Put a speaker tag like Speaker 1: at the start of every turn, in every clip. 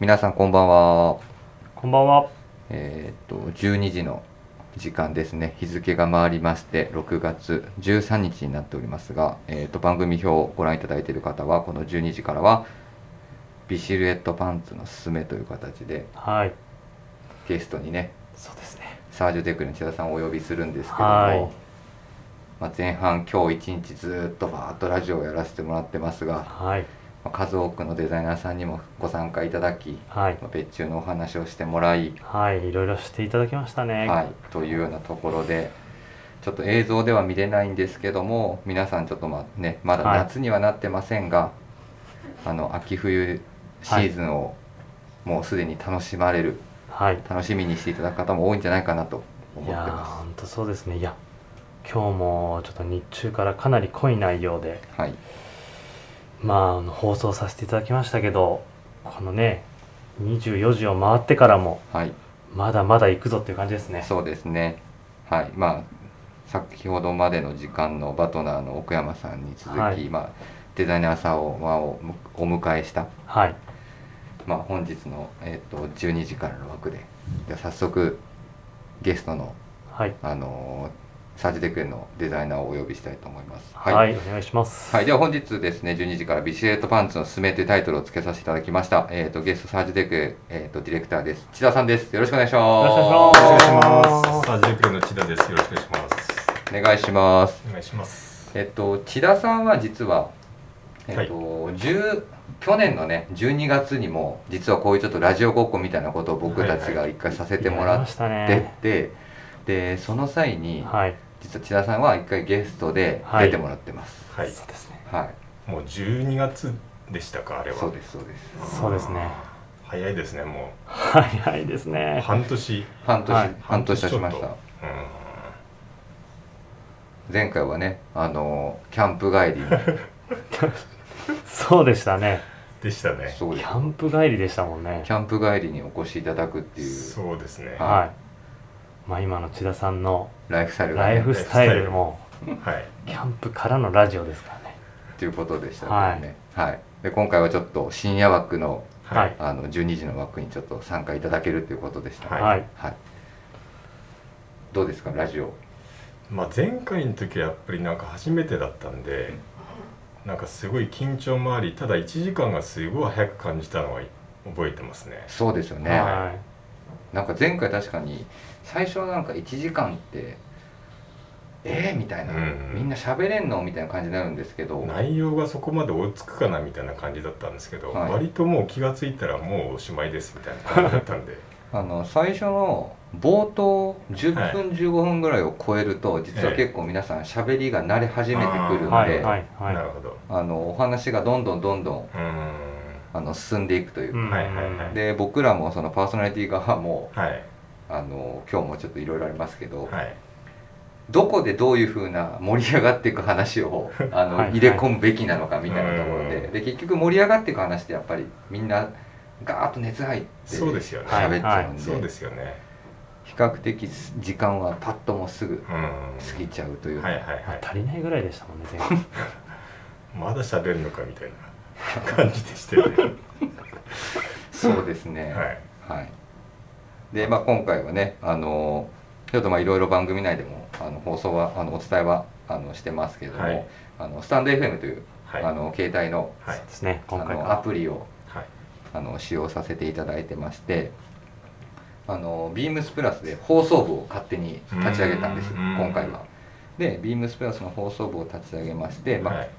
Speaker 1: 皆さんこんばんは。
Speaker 2: こんばんは。
Speaker 1: えーっと12時の時間ですね。日付が回りまして6月13日になっておりますが、えーっと番組表をご覧いただいている方はこの12時からはビシルエットパンツのすすめという形で
Speaker 2: はい。
Speaker 1: ゲストにね
Speaker 2: そうですね。
Speaker 1: サージュテックの千田さんをお呼びするんですけども、
Speaker 2: はい
Speaker 1: まあ、前半今日一日ずーっとバーッとラジオをやらせてもらってますが、
Speaker 2: はい。
Speaker 1: まあ数多くのデザイナーさんにもご参加いただき、
Speaker 2: はい。
Speaker 1: まあ別注のお話をしてもらい、
Speaker 2: はい。いろいろしていただきましたね。
Speaker 1: はい、というようなところでちょっと映像では見れないんですけども皆さんちょっとまあ、ね、まだ
Speaker 2: はい
Speaker 1: 夏にはなってませんが、あの秋冬シーズンをもうすでに楽しまれる、
Speaker 2: はい。い、
Speaker 1: 楽しみにしていただく方も多いんじゃないかなと思って
Speaker 2: やー、
Speaker 1: ま
Speaker 2: 本当そうですね。いや、今日もちょっと日中からかなり濃い内容で、
Speaker 1: す。はい、
Speaker 2: まああの、放送させていただきましたけど、このね、24時を回ってからも、
Speaker 1: はい
Speaker 2: まだまだ行くぞっていう感じですね。
Speaker 1: そうですね。はい、まあ先ほどまでの時間のバトナーの奥山さんに続き、
Speaker 2: はい
Speaker 1: まあデザイナーさんを、まあ、おお迎えした、
Speaker 2: はい。
Speaker 1: まあ、本日のえっ、と12時からの枠で、じゃあ早速ゲストの
Speaker 2: はい。
Speaker 1: あのーサージテクのデザイナーをお呼びしたいと思います。
Speaker 2: はい。
Speaker 1: はい。
Speaker 2: お願いします。
Speaker 1: はい、では本日ですね、12時からビシエットパンツのすすめというタイトルをつけさせていただきました。えっ、と、ゲストサージテク、えっ、と、ディレクターです。千田さんです。よろしくお願いし
Speaker 2: よ
Speaker 1: ま
Speaker 2: ろ
Speaker 1: す。
Speaker 2: しく
Speaker 3: お願いし
Speaker 2: お願いしま
Speaker 3: ま。
Speaker 2: すす。
Speaker 3: サージェクルの千田です。よろしくお願いします。
Speaker 1: お願いします。
Speaker 3: お願いします。
Speaker 1: えっと、千田さんは実は、えっと10去年のね12月にも実はこういうちょっとラジオごっこみたいなことを僕たちが一回させても
Speaker 2: やり
Speaker 1: ら
Speaker 2: ま
Speaker 1: っ
Speaker 2: した
Speaker 1: て
Speaker 2: ね。
Speaker 1: て、でその際に、
Speaker 2: はい。
Speaker 1: 実は千田さんは一回ゲストで
Speaker 2: はい
Speaker 1: 出てもらってます
Speaker 3: はい。
Speaker 2: そうですね。
Speaker 1: はい、
Speaker 3: もう12月でしたか、あれは。
Speaker 1: そうですそうです
Speaker 2: そうですね。
Speaker 3: 早いですね、も
Speaker 2: 早いです
Speaker 3: う。
Speaker 2: ね。
Speaker 3: 半年。
Speaker 1: 半年、
Speaker 2: はい
Speaker 1: 半年経ちまし
Speaker 3: ちょ
Speaker 1: た
Speaker 3: っとうん。
Speaker 1: 前回はねあのキャンプ帰りに
Speaker 2: そうでしたね。
Speaker 3: でしたね。
Speaker 1: そう
Speaker 2: キ
Speaker 1: です
Speaker 2: ャンプ帰りでしたもんね
Speaker 1: キ。ャンプ帰りにお越しいただくっていう
Speaker 3: そうですね。
Speaker 1: は
Speaker 2: はい。まあ今の千田さんの
Speaker 1: ライフスタイルが、
Speaker 2: ライ
Speaker 1: ね、
Speaker 2: フスタイルも
Speaker 3: はい。
Speaker 2: キャンプからのラジオですからね。
Speaker 1: っていうことでしたからね、はいで今回はちょっと深夜枠の
Speaker 2: はい。
Speaker 1: あの12時の枠にちょっと参加いただけるということでした。
Speaker 3: はい
Speaker 2: はい。
Speaker 1: はいどうですかラジオ？
Speaker 3: まあ、前回の時はやっぱりなんか初めてだったんで。なんかすごい緊張もあり、ただ1時間がすごい早く感じたのは覚えてますね。
Speaker 1: そうですよね。
Speaker 2: は
Speaker 1: なんか前回確かに最初はなんか1時間ってえー、みたいな、
Speaker 3: うん
Speaker 1: みんな喋れんのみたいな感じになるんですけど、
Speaker 3: 内容がそこまで追いつくかなみたいな感じだったんですけど、
Speaker 1: はい
Speaker 3: 割ともう気がついたらもうおしまいですみたいな感じだったんで
Speaker 1: あの最初の冒頭
Speaker 3: は
Speaker 1: 10
Speaker 3: い
Speaker 1: 分15分ぐらいを超えると実は
Speaker 3: ええ
Speaker 1: 結構皆さん喋りが慣れ始めてくる
Speaker 2: い。
Speaker 1: ので、
Speaker 2: はい。はい。はい
Speaker 3: なるほど
Speaker 1: あのお話がどんどんどんどん
Speaker 3: うーん
Speaker 1: あの進んでいくという
Speaker 2: う
Speaker 1: か、
Speaker 2: ん
Speaker 3: はいはいはい
Speaker 1: で僕らもそのパーソナリティ側も
Speaker 3: はい
Speaker 1: あの今日もちょっといろいろありますけど、
Speaker 3: はい
Speaker 1: どこでどういうふうな盛り上がっていく話 をあの
Speaker 2: はいはい
Speaker 1: 入れ込むべきなのかみたいなところで
Speaker 3: うん
Speaker 1: で結局盛り上がっていく話ってやっぱりみんなガーッと熱入って
Speaker 3: そうですよね、
Speaker 2: はい
Speaker 1: 喋っちゃうんで,、
Speaker 3: そうですよね
Speaker 1: 比較的時間はパッともうすぐ
Speaker 3: うーん
Speaker 1: 過ぎちゃうという、
Speaker 3: はいはいはい
Speaker 2: 足りないぐらいでしたもんね。前回
Speaker 3: まだ喋るのかみたいな感じでしたよね
Speaker 1: そうですね
Speaker 3: はい
Speaker 1: はい、で、まあ、今回はねあのちょっとまあいろいろ番組内でもあの放送はあのお伝えはあのしてますけれども、
Speaker 3: はい
Speaker 1: あのスタンド FM という、
Speaker 3: はい
Speaker 1: あの携帯の
Speaker 3: はい
Speaker 2: ですね。今
Speaker 1: あ
Speaker 2: 回
Speaker 1: のア
Speaker 2: か
Speaker 1: プリを
Speaker 3: はい
Speaker 1: あの使用させていただいてましてあの Beams プラスで放送部を勝手に立ち上げたんです
Speaker 3: うん
Speaker 1: 今回は。で Beams プラスの放送部を立ち上げまして、まあ
Speaker 3: はい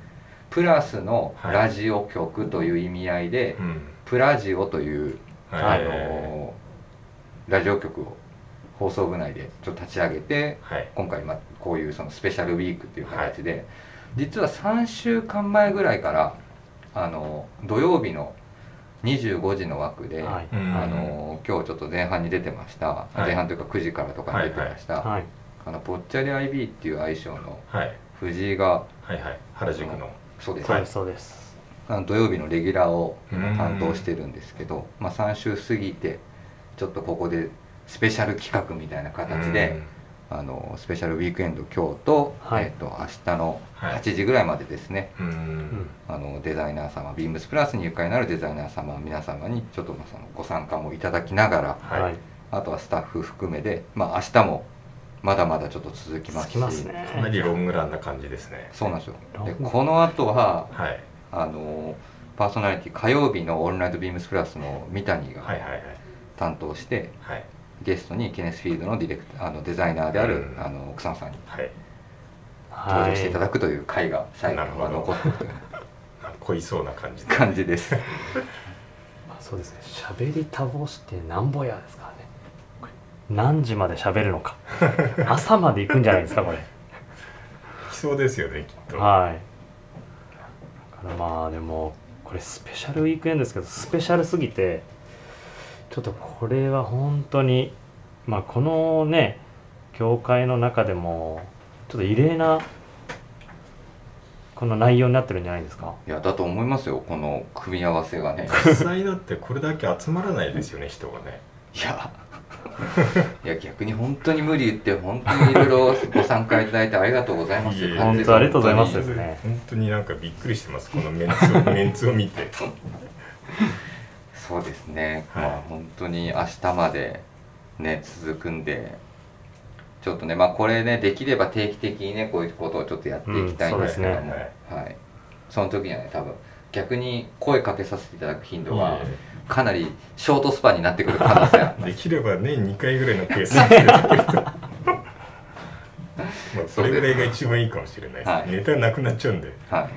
Speaker 1: プラスの
Speaker 3: はい
Speaker 1: ラジオ局という意味合いで、
Speaker 3: うん
Speaker 1: プラジオという、
Speaker 3: は
Speaker 1: あ
Speaker 3: い
Speaker 1: のラジオ局を放送部内でちょっと立ち上げて
Speaker 3: はい
Speaker 1: 今回まあこういうそのスペシャルウィークという形で、実は3週間前ぐらいからあの土曜日の25時の枠で、
Speaker 2: ら。はい。
Speaker 3: うん
Speaker 1: あの今日ちょっと前半に出てました、
Speaker 3: い
Speaker 1: 前半というか9時からとかに出てました、
Speaker 2: はい。
Speaker 1: あのポッチャリ IB っていう愛称の
Speaker 3: はい
Speaker 1: 藤井が
Speaker 3: はいはい原宿の
Speaker 1: そうです、
Speaker 2: そう
Speaker 3: は
Speaker 2: で
Speaker 3: い
Speaker 2: す。そうです。
Speaker 1: あの土曜日のレギュラーを
Speaker 3: うん
Speaker 1: 担当してるんですけど、まあ、3週過ぎてちょっとここでスペシャル企画みたいな形で
Speaker 3: うん
Speaker 1: あのスペシャルウィークエンド今日と,、
Speaker 2: はい
Speaker 1: えっと明日の
Speaker 3: はい
Speaker 1: 8時ぐらいまでですね、
Speaker 3: う
Speaker 2: うん
Speaker 3: ん、
Speaker 1: あのデザイナー様ビームスプラスにゆかりのあるデザイナー様皆様にちょっとまあそのご参加もいただきながら
Speaker 3: はい、
Speaker 2: はい
Speaker 1: あとはスタッフ含めで、まあ、明日もまだまだちょっと続きます
Speaker 2: つ
Speaker 1: し
Speaker 2: きますね
Speaker 3: かなりロングランな感じですね
Speaker 1: そうなんですよで
Speaker 2: ロング
Speaker 1: この後は
Speaker 3: はい
Speaker 1: あのパーソナリティ火曜日の「オールナイトビームスプラス」の三谷
Speaker 3: はい
Speaker 1: が
Speaker 3: はいはい
Speaker 1: 担当して、
Speaker 3: はい
Speaker 1: ゲストにケネスフィールドのディレクターあのデザイナーである、
Speaker 3: うん
Speaker 1: あの奥さんさんに
Speaker 3: はい
Speaker 1: 登
Speaker 2: は
Speaker 1: 場していただ
Speaker 2: い
Speaker 1: くという回が最後には
Speaker 3: なる
Speaker 1: 残
Speaker 3: ほど
Speaker 1: ってるという
Speaker 3: なんか濃いそうな感じで
Speaker 1: 感じです。
Speaker 2: そうですね喋り倒してなんぼやですからねこれ何時まで喋るのか朝まで行くんじゃないですかこれ
Speaker 3: 来そうですよねきっと
Speaker 2: はい。だからまあでもこれスペシャルウィークエンドですけどスペシャルすぎてちょっとこれは本当にまあこのね業界の中でもちょっと異例なこの内容になってるんじゃないですか。
Speaker 1: いやだと思いますよこの組み合わせがね。
Speaker 3: 実際だってこれだけ集まらないですよね人がね
Speaker 1: いやいや逆に本当に無理言って本当にいろいろご参加いただいてありがとうございますっていう感じで
Speaker 2: 本当ありがとうございます
Speaker 1: 本
Speaker 2: ね
Speaker 3: 本当になんかびっくりしてますこのメンツ をメンツを見て
Speaker 1: 当にそうですね、
Speaker 3: はい
Speaker 1: まあ本当に明日までね続くんでちょっとねまあこれねできれば定期的にねこういうことをちょっとやっていきたいんですけども、
Speaker 2: うん
Speaker 3: そうで
Speaker 1: はい、その時にはね多分逆に声かけさせていただく頻度
Speaker 3: は
Speaker 1: はいかなりショートスパンになってくる可能性ある
Speaker 3: できれば年2回ぐらいのペ ースでまあそれぐらいが一番いいかもしれないです、
Speaker 1: はい
Speaker 3: ネタなくなっちゃうんで、
Speaker 1: はい
Speaker 3: はい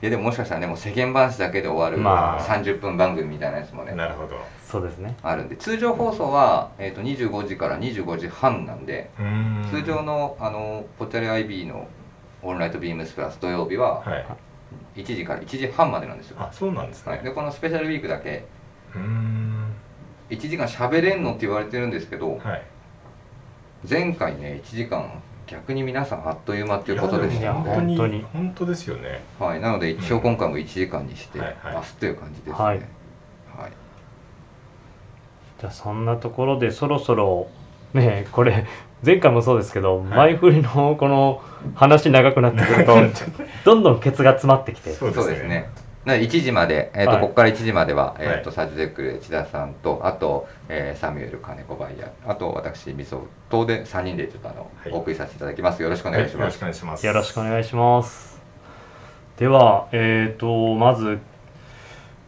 Speaker 1: やでももしかしたらねもう世間話だけで終わる
Speaker 2: ま
Speaker 3: あ
Speaker 1: 30分番組みたいなやつもね
Speaker 3: い、なるほど
Speaker 2: そうですね。
Speaker 1: あるんで通常放送は、えー、と25時から25時半なんで
Speaker 3: うーん
Speaker 1: 通常のあのポチャレ IB の「オンライトビームスプラス」土曜日は
Speaker 3: はい
Speaker 1: 1時から1時半までなんですよ、
Speaker 3: あそうなんですね、
Speaker 1: はい、でこのスペシャルウィークだけ
Speaker 3: うーん
Speaker 1: 1時間喋れんのって言われてるんですけど
Speaker 3: はい
Speaker 1: 前回ね1時間逆に皆さんあっという間っていうことでし
Speaker 2: い
Speaker 1: た
Speaker 2: や
Speaker 1: の
Speaker 2: も
Speaker 1: で
Speaker 2: 本当に
Speaker 3: 本当ですよね
Speaker 1: はい、なので一応
Speaker 3: うん
Speaker 1: 今回も1時間にして
Speaker 3: はいはい
Speaker 1: 明日という感じですね。
Speaker 2: は
Speaker 1: は
Speaker 2: い
Speaker 1: い
Speaker 2: じゃあそんなところでそろそろねこれ前回もそうですけど、前振りのこの話長くなってく るとどんどんケツが詰まってきて
Speaker 3: そう
Speaker 1: そう
Speaker 3: で
Speaker 1: ですね
Speaker 3: すね。
Speaker 1: なので1時まで、えーと
Speaker 2: はい
Speaker 1: ここから1時までは、えーと
Speaker 3: は
Speaker 1: サジゼックル千田さんとあと、えーサミュエル金子バイヤーあと私みそとで3人でちょっとあの、
Speaker 3: はい
Speaker 1: お送りさせていただきますよろしくお
Speaker 3: はい
Speaker 1: 願い
Speaker 3: よ
Speaker 1: し
Speaker 3: ろ
Speaker 1: ま
Speaker 3: しく
Speaker 1: す。
Speaker 3: お願いします
Speaker 2: よろしくお願いします。では、えっ、と、まず、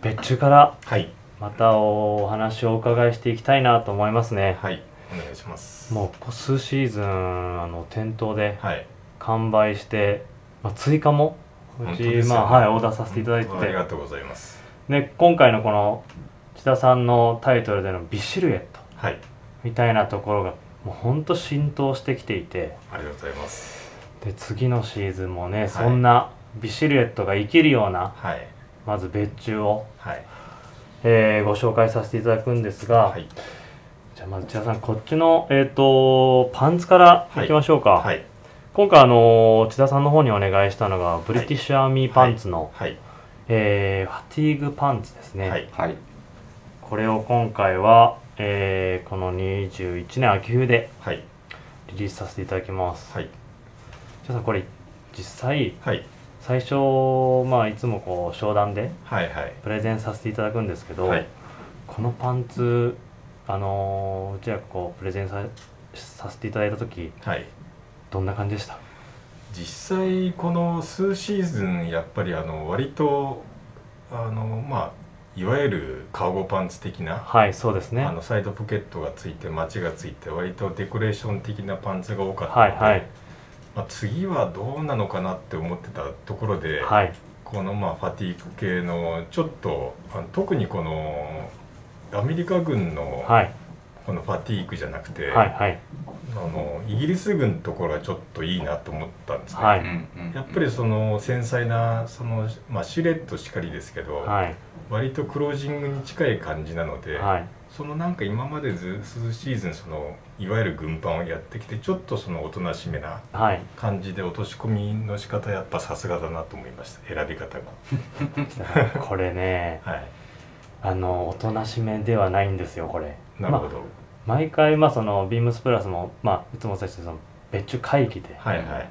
Speaker 2: 別注から
Speaker 3: はい
Speaker 2: またお話をお伺いしていきたいなと思いますね。
Speaker 3: はいお願いします
Speaker 2: もう、ここ数シーズン、あの、店頭で
Speaker 3: はい
Speaker 2: 完売して、まあ、追加も、う
Speaker 3: 本
Speaker 2: ち、
Speaker 3: 当ですよね
Speaker 2: まあ、はい、オーダーさせていただいて
Speaker 3: 本当あり
Speaker 2: て、
Speaker 3: がとうございます
Speaker 2: で、今回のこの、千田さんのタイトルでのビシルエット
Speaker 3: はい
Speaker 2: みたいなところが、もうほんと浸透してきていて、
Speaker 3: ありがとうございます
Speaker 2: で、次のシーズンもね、そんなビシルエットが生きるような、
Speaker 3: はい
Speaker 2: まず別注を、
Speaker 3: はい
Speaker 2: えーご紹介させていただくんですが、
Speaker 3: はい
Speaker 2: じゃあまず千田さんこっちの、えー、とパンツからいきましょうか、
Speaker 3: はい
Speaker 2: 今回、あのー千田さんの方にお願いしたのがブリティッシュアーミーパンツの、
Speaker 3: はい
Speaker 2: えーファティーグパンツですね、
Speaker 3: はい
Speaker 1: はい、
Speaker 2: これを今回は、えーこの21年秋冬で
Speaker 3: はい
Speaker 2: リリースさせていただきます、
Speaker 3: はい
Speaker 2: 千田さんこれ実際
Speaker 3: はい
Speaker 2: 最初、まあ、いつもこう商談で
Speaker 3: はいはい
Speaker 2: プレゼンさせていただくんですけど、
Speaker 3: はい
Speaker 2: このパンツあのーうちらがこうプレゼンささせていただいた時
Speaker 3: はい
Speaker 2: どんな感じでした
Speaker 3: 実際この数シーズンやっぱりあの割とあのまあいわゆるカーゴパンツ的な
Speaker 2: はいそうですね
Speaker 3: あのサイドポケットがついてマチがついて割とデコレーション的なパンツが多かったので、
Speaker 2: はいはい
Speaker 3: まあ、次はどうなのかなって思ってたところで、
Speaker 2: はい
Speaker 3: このまあファティーク系のちょっとあの特にこのアメリカ軍の
Speaker 2: はい
Speaker 3: このファティークじゃなくて、
Speaker 2: はいはい
Speaker 3: あのイギリス軍のところがちょっといいなと思ったんですね。
Speaker 2: は
Speaker 1: う
Speaker 2: い
Speaker 1: んうんうん
Speaker 3: やっぱりその繊細なその、まあ、シルエットしかりですけど、
Speaker 2: はい
Speaker 3: 割とクロージングに近い感じなので、
Speaker 2: はい
Speaker 3: そのなんか今までず数シーズンそのいわゆる軍パンをやってきてちょっとそのおとなしめな
Speaker 2: はい
Speaker 3: 感じで落とし込みの仕方やっぱさすがだなと思いました選び方 が
Speaker 2: これね
Speaker 3: はい
Speaker 2: あのおとなしめではないんですよこれ
Speaker 3: なるほど、
Speaker 2: ま毎回まあそのビームスプラスもまあいつもお伝えしてるその別注会議で、
Speaker 3: はいはい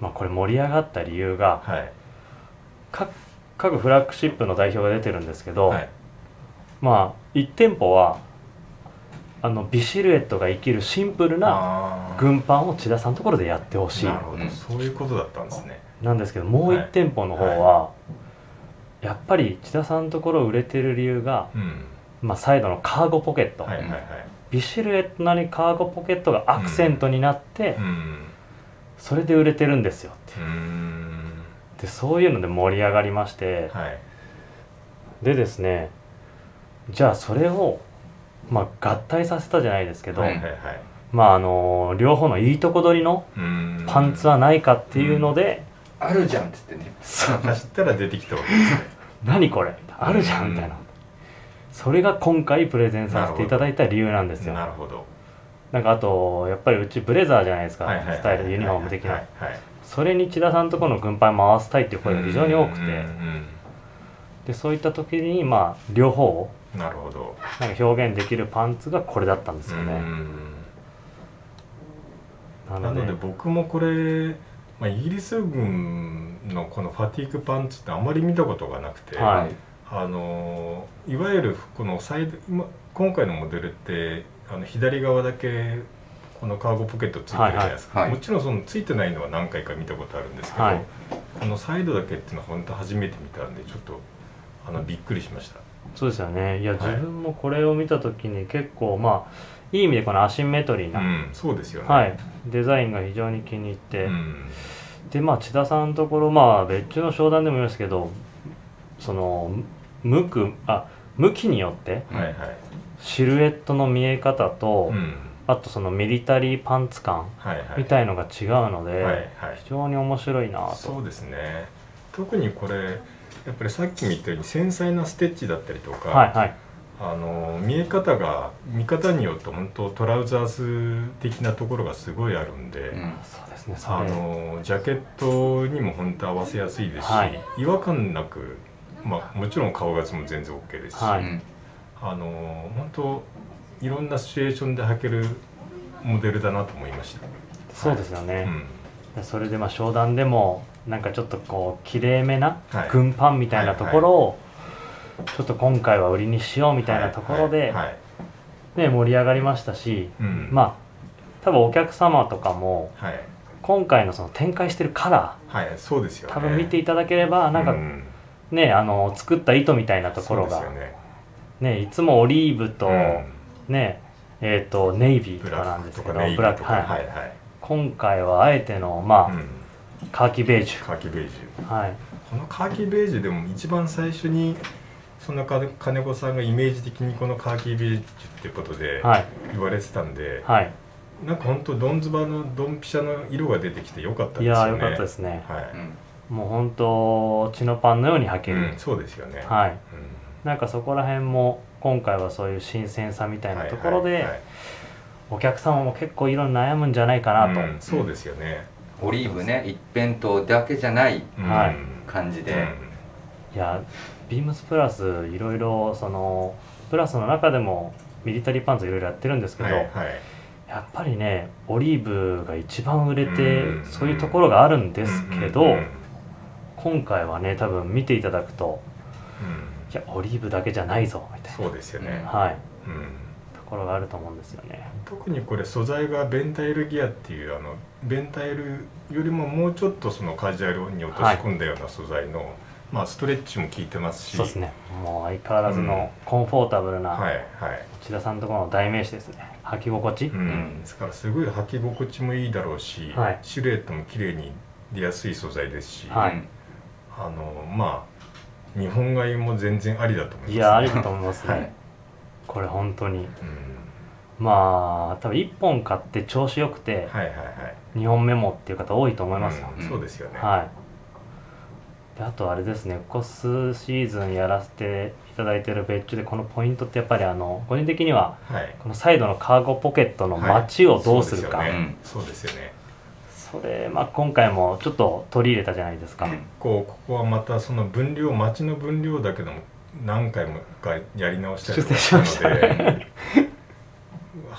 Speaker 2: まあこれ盛り上がった理由が
Speaker 3: はい
Speaker 2: 各各フラッグシップの代表が出てるんですけど、
Speaker 3: はい
Speaker 2: まあ1店舗はあの美シルエットが生きるシンプルな
Speaker 3: あー
Speaker 2: 軍パンを千田さんのところでやってほしい
Speaker 3: なるほど、
Speaker 1: うん
Speaker 3: そういうことだったんですね
Speaker 2: なんですけどもう
Speaker 3: は
Speaker 2: 1
Speaker 3: い
Speaker 2: 店舗の方は、やっぱり千田さんのところ売れてる理由が、
Speaker 3: うん
Speaker 2: まあ、サイドのカーゴポケット、
Speaker 3: はいはいはい
Speaker 2: 美シルエットなりにカーゴポケットがアクセントになって、
Speaker 3: うん
Speaker 2: それで売れてるんですよって
Speaker 3: うーん
Speaker 2: でそういうので盛り上がりまして、
Speaker 3: はい
Speaker 2: でですねじゃあそれを、まあ、合体させたじゃないですけど、
Speaker 3: はいはいはい
Speaker 2: まああの両方のいいとこ取りの
Speaker 3: うーん
Speaker 2: パンツはないかっていうので、
Speaker 1: あるじゃんっつってね
Speaker 2: そう
Speaker 3: 走ったら出てきたわけですね
Speaker 2: 何これあるじゃんみたいな、それが今回プレゼンさせていただいた理由なんですよ
Speaker 3: なるほど
Speaker 2: なんかあとやっぱりうちブレザーじゃないですか、
Speaker 3: はいはいはい
Speaker 2: スタイルユニフォーム的な、
Speaker 3: はいはい
Speaker 2: それに千田さんとこの軍配回したいっていう声が非常に多くて、
Speaker 3: うんうん
Speaker 2: でそういった時にまあ両方を
Speaker 3: うんなるほど
Speaker 2: なんか表現できるパンツがこれだったんですよ
Speaker 3: う
Speaker 2: ね、
Speaker 3: ん
Speaker 2: な
Speaker 3: な
Speaker 2: ので
Speaker 3: ので僕もこれ、まあ、イギリス軍のこのファティークパンツってあまり見たことがなくて、
Speaker 2: はい
Speaker 3: あのいわゆるこのサイド今今回のモデルってあの左側だけこのカーゴポケットついてるじゃないですか、
Speaker 1: はいはい
Speaker 3: もちろんそのついてないのは何回か見たことあるんですけど、
Speaker 2: はい
Speaker 3: このサイドだけっていうのは本当初めて見たんでちょっとあのびっくりしました。
Speaker 2: そうですよねいや、
Speaker 3: はい
Speaker 2: 自分もこれを見た時に結構まあいい意味でこのアシンメトリー
Speaker 3: う
Speaker 2: な、
Speaker 3: ん、そうですよね、
Speaker 2: はい、デザインが非常に気に入って、
Speaker 3: うん
Speaker 2: でまあ千田さんのところまあ別注の商談でも言いますけどその向くあ向きによって
Speaker 3: はいはい
Speaker 2: シルエットの見え方と、
Speaker 3: うん
Speaker 2: あとそのミリタリーパンツ感
Speaker 3: はいはい
Speaker 2: みたいのが違うので、
Speaker 3: はいはい
Speaker 2: 非常に面白いなと
Speaker 3: そうですね特にこれやっぱりさっきも言ったように繊細なステッチだったりとか、
Speaker 2: はいはい
Speaker 3: あの見え方が見方によって本当トラウザース的なところがすごいあるんで、
Speaker 1: うん
Speaker 2: そうですねそれ
Speaker 3: あのジャケットにも本当合わせやすいですし、
Speaker 2: はい
Speaker 3: 違和感なく、まあ、もちろん顔がつも全然 OK ですし、
Speaker 2: は
Speaker 1: う
Speaker 2: い
Speaker 1: ん
Speaker 3: あの本当いろんなシチュエーションで履けるモデルだなと思いました。
Speaker 2: そうですよね、
Speaker 3: うん
Speaker 2: でそれでまあ商談でもなんかちょっとこうきれいめな
Speaker 3: はい
Speaker 2: 軍パンみたいなところをちょっと今回は売りにしようみ
Speaker 3: み
Speaker 2: たいなところで、
Speaker 3: はいはい
Speaker 2: ね、盛り上がりましたし、
Speaker 3: うん
Speaker 2: まあ多分お客様とかも
Speaker 3: はい
Speaker 2: 今回のその展開してるカラ
Speaker 3: はい、そうですよ
Speaker 2: ー
Speaker 3: ね。
Speaker 2: 多分見ていただければなんか
Speaker 3: う
Speaker 2: ね、あの作った糸みたいなところ
Speaker 3: そ
Speaker 2: が
Speaker 3: う、ですよね
Speaker 2: ね、いつもオリーブと、
Speaker 3: うん
Speaker 2: ねえー、とネイビー
Speaker 3: ブ
Speaker 2: とかな
Speaker 3: ラッ
Speaker 2: ん
Speaker 3: ク
Speaker 2: です
Speaker 3: と
Speaker 2: けど
Speaker 3: かネイビ
Speaker 2: ブラッ
Speaker 3: ー
Speaker 2: ク
Speaker 3: とか、
Speaker 2: はい
Speaker 3: はいはい、
Speaker 2: 今回はあえての、まあ
Speaker 3: うん、
Speaker 2: カーキベージ
Speaker 3: カーキベージ
Speaker 2: ュ、はい、
Speaker 3: ュこのカーキベージュでも一番最初にそんな金金子さんがイメージ的にこのカーキベージュってことで
Speaker 2: はい
Speaker 3: 言われてたんで、
Speaker 2: はい
Speaker 3: なんか本当ドンズバのドンピシャの色が出てきてよかった
Speaker 2: い
Speaker 3: ですよね
Speaker 2: やーよかったですね、
Speaker 3: は
Speaker 1: う
Speaker 3: い、
Speaker 1: ん
Speaker 2: もう本当血のパンのように履け
Speaker 3: うん
Speaker 2: る、
Speaker 3: そうですよね、
Speaker 2: はい
Speaker 3: うん
Speaker 2: なんかそこら辺も今回はそういう新鮮さみたいなところで、
Speaker 3: はいはい
Speaker 2: お客様も結構いろいろ悩むんじゃないかな
Speaker 3: はい
Speaker 2: と、
Speaker 3: うんそうですよね、
Speaker 1: オリーブね一辺倒だけじゃない
Speaker 3: うん
Speaker 2: はい
Speaker 1: 感じで、
Speaker 2: いやビームスプラスいろいろそのプラスの中でもミリタリーパンツいろいろやってるんです
Speaker 3: う
Speaker 2: け
Speaker 3: ん、は
Speaker 2: ど、
Speaker 3: いはい
Speaker 2: やっぱりねオリーブが一番売れて、
Speaker 3: うん
Speaker 2: そういうところがあるんですけど、
Speaker 3: うんうんうん
Speaker 2: 今回はね多分見ていただくといやオリーブだけじゃないぞみたい
Speaker 3: そうですよね
Speaker 2: な、、はい、
Speaker 3: うん
Speaker 2: ところがあると思うんですよね
Speaker 3: 特にこれ素材がベンタイルギアっていうあのベンタイルよりももうちょっとそのカジュアルに落とし込んだような素材の、まあストレッチも効いてますし
Speaker 2: そうですねもう相変わらずのコンフォータブルな、
Speaker 3: はいはい、
Speaker 2: 千田さんのところの代名詞ですね履き心地、
Speaker 3: うんですからすごい履き心地もいいだろうし、
Speaker 2: はい
Speaker 3: シルエットも綺麗に出やすい素材ですし、
Speaker 2: はい
Speaker 3: あのまあ日本買いも全然ありだと思います、
Speaker 2: いやありだと思いますね、
Speaker 1: はい
Speaker 2: これ本当に
Speaker 3: うん
Speaker 2: まあ多分1本買って調子よくて
Speaker 3: はいはいはい
Speaker 2: 2本目もっていう方多いと思いますよ、
Speaker 3: うんそうですよね、
Speaker 2: はいであとあれですねここ数シーズンやらせていただいてる別注でこのポイントってやっぱりあの個人的には
Speaker 3: はい
Speaker 2: このサイドのカーゴポケットの街をどうするか、
Speaker 3: はいそうですよねそ
Speaker 2: そ
Speaker 3: うですよね
Speaker 2: れ、まあ、今回もちょっと取り入れたじゃないですか、
Speaker 1: うん
Speaker 3: こうここはまたその分量町の分量だけども何回もかやり直したりとか
Speaker 2: 修正しま
Speaker 3: し
Speaker 2: したた
Speaker 3: ので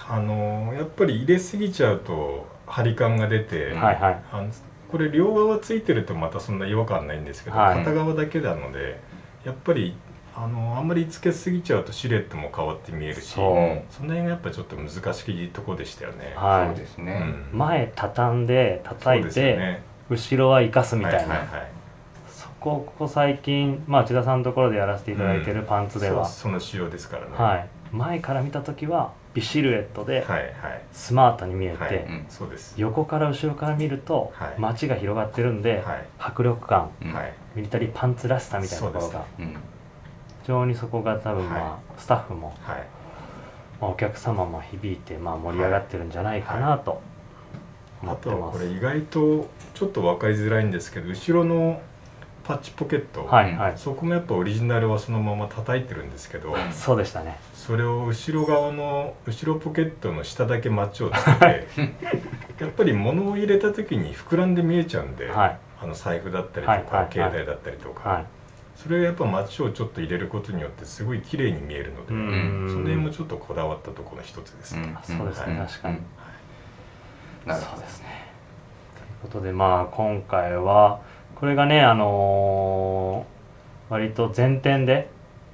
Speaker 3: ああのやっぱり入れすぎちゃうと張り感が出て、
Speaker 2: はいはい
Speaker 3: あのこれ両側ついてるとまたそんな違和感ないんですけど、
Speaker 2: はい
Speaker 3: 片側だけなのでやっぱりあのあんまりつけすぎちゃうとシルエットも変わって見えるし
Speaker 2: そう
Speaker 3: その辺がやっぱちょっと難しいとこでしたよね。
Speaker 2: はい
Speaker 1: そうですね、
Speaker 3: うん
Speaker 2: 前畳んで叩
Speaker 3: そう
Speaker 2: い
Speaker 3: で
Speaker 2: て、
Speaker 3: すよね
Speaker 2: 後ろは生かすみたいな、
Speaker 3: はいはいはい
Speaker 2: そこここ最近、まあ、内田さんのところでやらせていただいてるパンツでは、
Speaker 3: そうその仕様ですからね。
Speaker 2: はい、前から見た時は美シルエットで
Speaker 3: はいはい
Speaker 2: スマートに見えて、
Speaker 3: はい
Speaker 1: うん
Speaker 3: そうです。
Speaker 2: 横から後ろから見ると
Speaker 3: はい
Speaker 2: 街が広がってるんで、
Speaker 3: はい
Speaker 2: 迫力感
Speaker 1: うん
Speaker 3: はい
Speaker 2: ミリタリーパンツらしさみたいなところ
Speaker 3: そう
Speaker 2: が
Speaker 3: で
Speaker 1: うん
Speaker 2: 非常にそこが多分、まあ
Speaker 3: は
Speaker 2: スタッフも、
Speaker 3: はい
Speaker 2: まあ、お客様も響いて、まあ、盛り上がってるんじゃないかなと思
Speaker 3: あ
Speaker 2: って
Speaker 3: とは
Speaker 2: ま
Speaker 3: こ
Speaker 2: す。
Speaker 3: れ意外とちょっと分かりづらいんですけど後ろのパッチポケット、
Speaker 2: はいはい、
Speaker 3: そこもやっぱオリジナルはそのまま叩いてるんですけど
Speaker 2: そうでしたね
Speaker 3: それを後ろ側の後ろポケットの下だけマッチをつけ てやっぱり物を入れた時に膨らんで見えちゃうんで、
Speaker 2: はい
Speaker 3: あの財布だったりとか、
Speaker 2: はいはいはい
Speaker 3: 携帯だったりとか、
Speaker 2: はい
Speaker 3: それがやっぱマッチをちょっと入れることによってすごい綺麗に見えるので、
Speaker 2: うん
Speaker 3: その辺もちょっとこだわったところの一つですね。
Speaker 2: あそうですね
Speaker 1: ん
Speaker 2: 確かに
Speaker 1: んなる
Speaker 2: そ
Speaker 1: ほ
Speaker 2: う
Speaker 1: ど
Speaker 2: ですねということでまあ今回はこれがねあのー割と前転で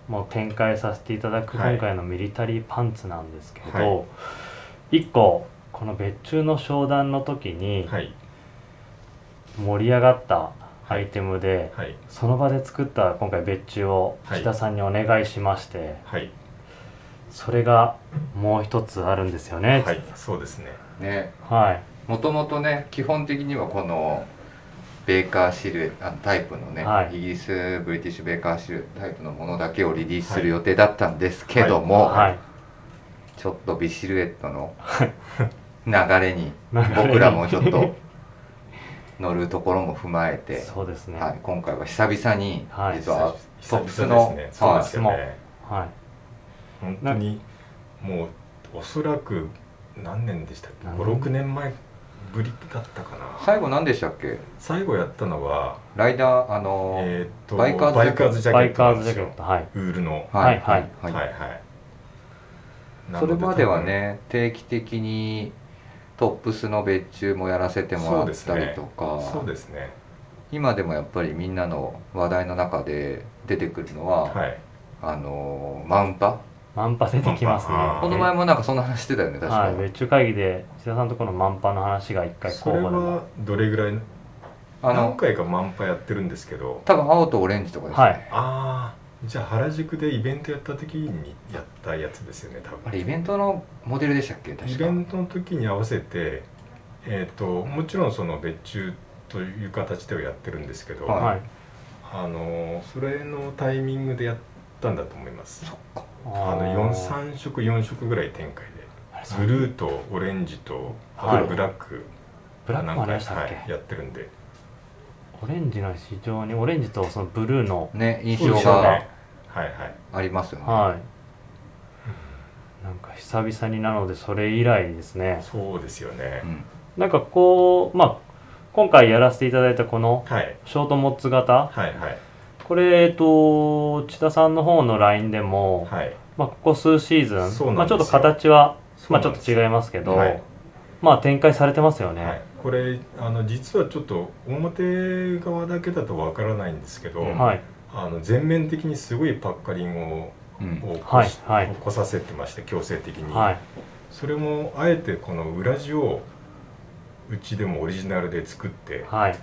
Speaker 2: もう展開させていただく
Speaker 3: はい
Speaker 2: 今回のミリタリーパンツなんですけど、
Speaker 3: は
Speaker 2: 一個この別注の商談の時に
Speaker 3: はい
Speaker 2: 盛り上がったアイテムで、
Speaker 3: はい
Speaker 2: その場で作った今回別注を
Speaker 3: はい
Speaker 2: 千田さんにお願いしまして、
Speaker 3: はい
Speaker 2: それがもう一つあるんですよね
Speaker 3: はいそうですね。
Speaker 1: ね
Speaker 2: はい
Speaker 1: もともとね基本的にはこのベーカーシルエットあのタイプのね、
Speaker 2: はい
Speaker 1: イギリスブリティッシュベーカーシルエットタイプのものだけをリリースする予定だったんですけども、
Speaker 2: はい
Speaker 1: ちょっとビシルエットの流れに
Speaker 2: 流れに
Speaker 1: 僕らもちょっと乗るところも踏まえて、
Speaker 2: そうですね、
Speaker 1: はい、今回は久々に
Speaker 2: はい
Speaker 1: 実はトップス
Speaker 3: 久
Speaker 1: の、
Speaker 3: 々ですね。そうですよ
Speaker 2: はい
Speaker 3: ね。
Speaker 2: はい
Speaker 3: 本当にもうおそらく何年でしたっけ
Speaker 2: 何年
Speaker 3: 56年前ぶりだったか
Speaker 1: はい
Speaker 3: な
Speaker 1: 最後何でしたっけ
Speaker 3: 最後やったのは
Speaker 1: ライダーあのー
Speaker 3: えーっと
Speaker 1: バイカーズ
Speaker 3: ズジャ
Speaker 2: バ
Speaker 3: ケ
Speaker 2: イ
Speaker 3: ット
Speaker 2: カ
Speaker 3: な
Speaker 2: ーズ
Speaker 3: んで
Speaker 2: ジャケ
Speaker 3: すよ
Speaker 2: ットはい
Speaker 3: ウールの
Speaker 1: はい
Speaker 2: は
Speaker 1: はいい
Speaker 3: はい
Speaker 1: は
Speaker 3: はいい
Speaker 1: それまではね定期的にトップスの別注もやらせてもらったりと
Speaker 3: な
Speaker 1: か
Speaker 3: ので多分そうですね
Speaker 1: 今でもやっぱりみんなの話題の中で出てくるのは、
Speaker 3: はい
Speaker 1: あのーマウンパ
Speaker 2: マンパ出てきますね
Speaker 3: マンパあー
Speaker 1: この前もなんかそんな話してたよね確
Speaker 2: は
Speaker 1: か
Speaker 2: い
Speaker 1: に、
Speaker 2: 別注会議で千田さんのところのマンパの話が一回
Speaker 3: そ
Speaker 2: 候補
Speaker 3: れ
Speaker 2: でも
Speaker 3: はどれぐらい
Speaker 1: あ
Speaker 3: 何
Speaker 1: の
Speaker 3: 回か満杯やってるんですけど
Speaker 1: 多分青とオレンジとかですね、
Speaker 2: はい
Speaker 3: ああじゃあ原宿でイベントやった時にやったやつですよね多分
Speaker 1: あれイベントのモデルでしたっけ確か
Speaker 3: イベントの時に合わせて、えー、ともちろんその別注という形ではやってるんですけど、
Speaker 1: は
Speaker 2: はい
Speaker 3: あのそれのタイミングでやったんだと思います
Speaker 2: あ
Speaker 3: あの
Speaker 2: ー
Speaker 3: 4 3色4色ぐらい展開で
Speaker 2: あれそう
Speaker 3: ブルーとオレンジと
Speaker 2: はい
Speaker 3: あとブラック
Speaker 2: ブラックもありま
Speaker 3: 何
Speaker 2: し
Speaker 3: 回
Speaker 2: たっけ、
Speaker 3: はい、やってるんで
Speaker 2: オレンジの非常にオレンジとそのブルーの
Speaker 1: ね印
Speaker 3: そう
Speaker 1: 象
Speaker 3: ですよ
Speaker 1: が
Speaker 3: ねはいはい
Speaker 1: ありますよね
Speaker 2: はいなんか久々になのでそれ以来ですね
Speaker 3: そうですよね、
Speaker 1: うん
Speaker 2: なんかこうまあ今回やらせていただいたこの
Speaker 3: はい
Speaker 2: ショートモッツ型
Speaker 3: はいはい
Speaker 2: これえっと千田さんの方の LINE でも、
Speaker 3: はい
Speaker 2: まあ、ここ数シーズン
Speaker 3: そう
Speaker 2: ま
Speaker 3: な
Speaker 2: あ、
Speaker 3: んです
Speaker 2: ちょ
Speaker 3: よ
Speaker 2: っと形は
Speaker 3: そう
Speaker 2: ま
Speaker 3: な
Speaker 2: あ
Speaker 3: ん
Speaker 2: ちょ
Speaker 3: です
Speaker 2: っと違いますけど、
Speaker 3: はい
Speaker 2: まあ展開されてますよね、
Speaker 3: はい、これあの実はちょっと表側だけだとわからないんですけど、
Speaker 1: うん
Speaker 2: はい、
Speaker 3: あの全面的にすごいパッカリングを
Speaker 1: うん
Speaker 3: を起
Speaker 2: は
Speaker 3: こ
Speaker 2: い
Speaker 3: し、
Speaker 2: はい
Speaker 3: 起こさせてまして強制的に、
Speaker 2: はい、
Speaker 3: それもあえてこの裏地をうちでもオリジナルで作って
Speaker 2: はい、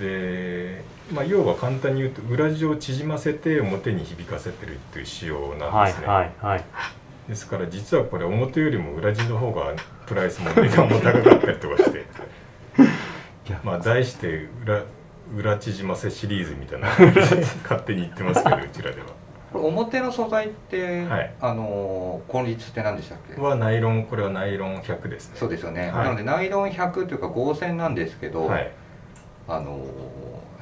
Speaker 3: で、まあ、要は簡単に言うと裏地を縮ませて表に響かせてるという仕様なん
Speaker 2: はい、
Speaker 3: ですね、
Speaker 2: はい、はい。
Speaker 3: ですから実はこれ表よりも裏地の方がプライスも値段も高かったりとかして
Speaker 2: いや
Speaker 3: まあ題して裏裏縮ませシリーズみ たいな勝手に言ってますけどうちらでは。
Speaker 1: これ表の素材って、
Speaker 3: はい
Speaker 1: あのー、今率って何でしたっけ
Speaker 3: はナイロンこれはナイロン100ですね
Speaker 1: そうですよね、
Speaker 3: はい
Speaker 1: なのでナイロン100というか合成なんですけど、
Speaker 3: はい
Speaker 1: あのー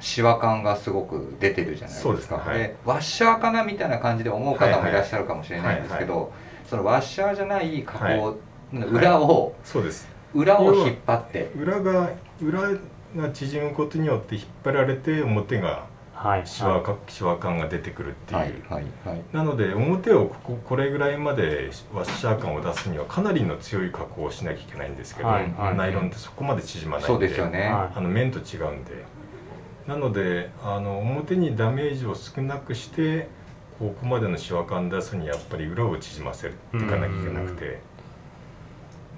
Speaker 1: シワ感がすごく出てるじゃないですか
Speaker 3: そうですねはい
Speaker 1: でワッシャーかなみたいな感じで思う方もいらっしゃるかもしれないんですけど、そのワッシャーじゃない加工、裏を、
Speaker 3: そうです
Speaker 1: 裏を引っ張って
Speaker 3: 裏が裏が縮むことによって引っ張られて表が
Speaker 2: はいはい
Speaker 3: シワかシワ感が出てくるっていう、
Speaker 1: はいはいはい
Speaker 3: なので表をこここれぐらいまでワッシャー感を出すにはかなりの強い加工をしなきゃいけないんですけど、
Speaker 2: はいはい
Speaker 3: ナイロンってそこまで縮まないんで
Speaker 1: そうですよね、
Speaker 2: は
Speaker 3: あの面と違うんでなのであの表にダメージを少なくしてここまでのシワ感出すにやっぱり裏を縮ませるっていかなきゃいけなくて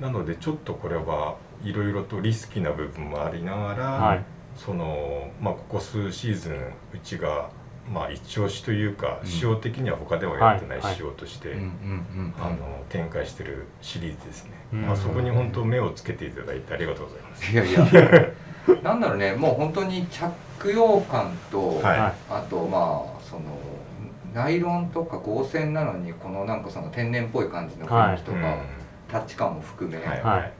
Speaker 3: なのでちょっとこれはいろいろとリスキーな部分もありながら、
Speaker 2: はい
Speaker 3: そのまあここ数シーズンうちがまあ一押しというか
Speaker 1: うん
Speaker 3: 仕様的には他ではやってない
Speaker 2: はいはい
Speaker 3: 仕様として、
Speaker 1: うんうんうん
Speaker 3: あの展開してるシリーズですね、
Speaker 2: うん
Speaker 3: まあ、そこに本当目をつけていただいてありがとうございます
Speaker 1: いやい やなんだろうねもう本当に着用感と、
Speaker 3: はい
Speaker 2: は
Speaker 1: あとまあそのナイロンとか合成なのにこのなんかその天然っぽい感じの雰囲気とか、タッチ感も含め、
Speaker 3: はい
Speaker 2: はい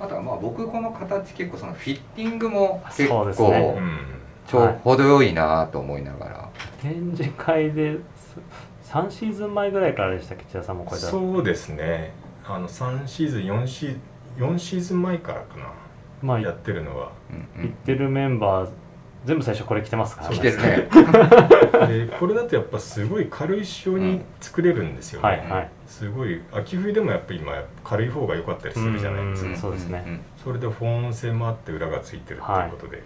Speaker 1: あとはまあ僕この形結構そのフィッティングも結
Speaker 2: そう
Speaker 1: 構
Speaker 2: ですね
Speaker 3: うん
Speaker 1: ちょ程よいなと思いながら、
Speaker 2: 展示会です3シーズン前ぐらいからでしたっけ千田さんもこれだ
Speaker 3: そうですねあの3シーズン4シー4シーズン前からかな、
Speaker 2: まあ
Speaker 3: やっ
Speaker 2: 行
Speaker 3: てるのは
Speaker 1: うんう
Speaker 2: っ
Speaker 1: ん
Speaker 2: てるメンバー全部最初これ着てますから
Speaker 1: 来てるね
Speaker 3: でこれだとやっぱすごい軽い仕様に作れるんですよね、
Speaker 2: はいはい
Speaker 3: すごい秋冬でもやっぱ今軽い方が良かったりするじゃないです
Speaker 2: う
Speaker 3: か
Speaker 2: んそうですね
Speaker 1: んん
Speaker 3: それで保温性もあって裏がついてるっていうことで、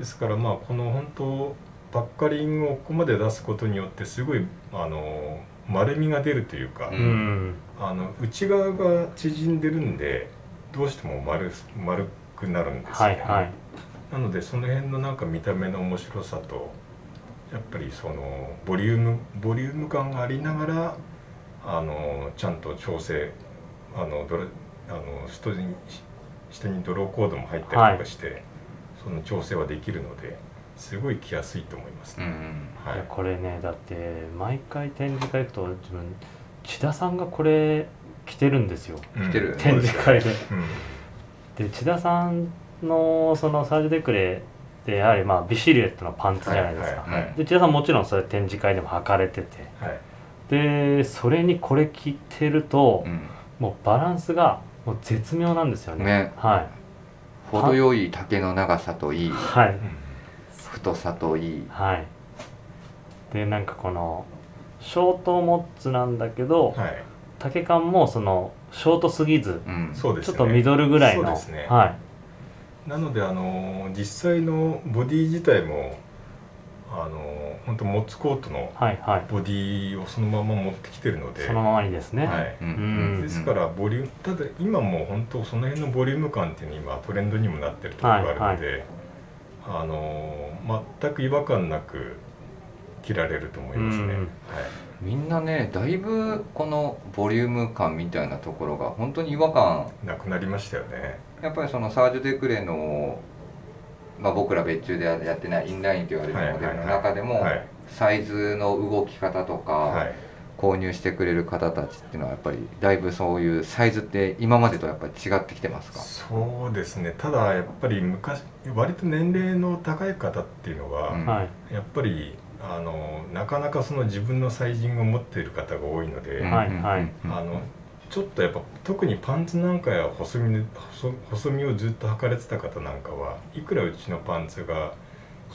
Speaker 3: ですからまあこの本当バッカリングをここまで出すことによってすごいあの丸みが出るというか、
Speaker 1: う
Speaker 2: うん
Speaker 3: あの内側が縮んでるんでどうしても丸丸くなるんですよ
Speaker 2: は
Speaker 3: ね、
Speaker 2: いはい
Speaker 3: なのでその辺のなんか見た目の面白さとやっぱりそのボリュームボリューム感がありながらあのちゃんと調整あのドレあの下に下にドローコードも入ったりとかして、その調整はできるのですごい着やすいと思います
Speaker 1: う
Speaker 3: ね。
Speaker 1: ん
Speaker 3: はい
Speaker 2: や
Speaker 3: い、
Speaker 2: これねだって毎回展示会行くと自分千田さんがこれ着てるんですよ
Speaker 1: 来てる
Speaker 3: うん
Speaker 1: そう
Speaker 2: 展
Speaker 1: です
Speaker 2: 示
Speaker 1: よ
Speaker 2: 会で。
Speaker 3: うん
Speaker 2: で千田さんのそのサージュ・デクレってやはりまあビシルエットのパンツじゃないですか、
Speaker 3: はいはいはい
Speaker 2: で千田さんもちろんそれ展示会でも履かれてて
Speaker 3: はい
Speaker 2: でそれにこれ着てると、
Speaker 1: うん
Speaker 2: もうバランスがもう絶妙なんですよね
Speaker 1: ね
Speaker 2: は
Speaker 1: 程よい丈の長さといい
Speaker 2: いはい
Speaker 1: 太さといい
Speaker 2: はいでなんかこのショートモッツなんだけど、
Speaker 3: はい、
Speaker 2: 丈感もそのショートすぎず、
Speaker 1: うん
Speaker 3: そうです
Speaker 2: ちょ
Speaker 3: ね。
Speaker 2: っとミドルぐらいの
Speaker 3: そうですね
Speaker 2: はい
Speaker 3: なのであの実際のボディ自体もあの本当モッツコートの
Speaker 2: はいはい
Speaker 3: ボディをそのまま持ってきてるので
Speaker 2: そのままにですね、
Speaker 3: はい
Speaker 1: うん
Speaker 2: うん
Speaker 3: ですからボリュームただ今もう本当その辺のボリューム感っていうのは今トレンドにもなってるところがあるので、あの全く違和感なく着られると思いますね、
Speaker 2: うん
Speaker 3: はい、
Speaker 1: みんなねだいぶこのボリューム感みたいなところが本当に違和感
Speaker 3: なくなりましたよね
Speaker 1: やっぱりそのサージュ・デクレの、まあ、僕ら別注でやってないインラインと言われるモデルの中でも
Speaker 3: はい
Speaker 1: サイズの動き方とか、
Speaker 3: はい
Speaker 1: 購入してくれる方たちっていうのはやっぱりだいぶそういうサイズって今までとやっぱり違ってきてますか
Speaker 3: そうですねただやっぱり昔割と年齢の高い方っていうのは、
Speaker 1: うん
Speaker 2: はい
Speaker 3: やっぱりあのなかなかその自分のサイジングを持っている方が多いので、
Speaker 2: はいはい
Speaker 3: あのちょっとやっぱ特にパンツなんかや細身で細細身をずっと履かれてた方なんかはいくらうちのパンツが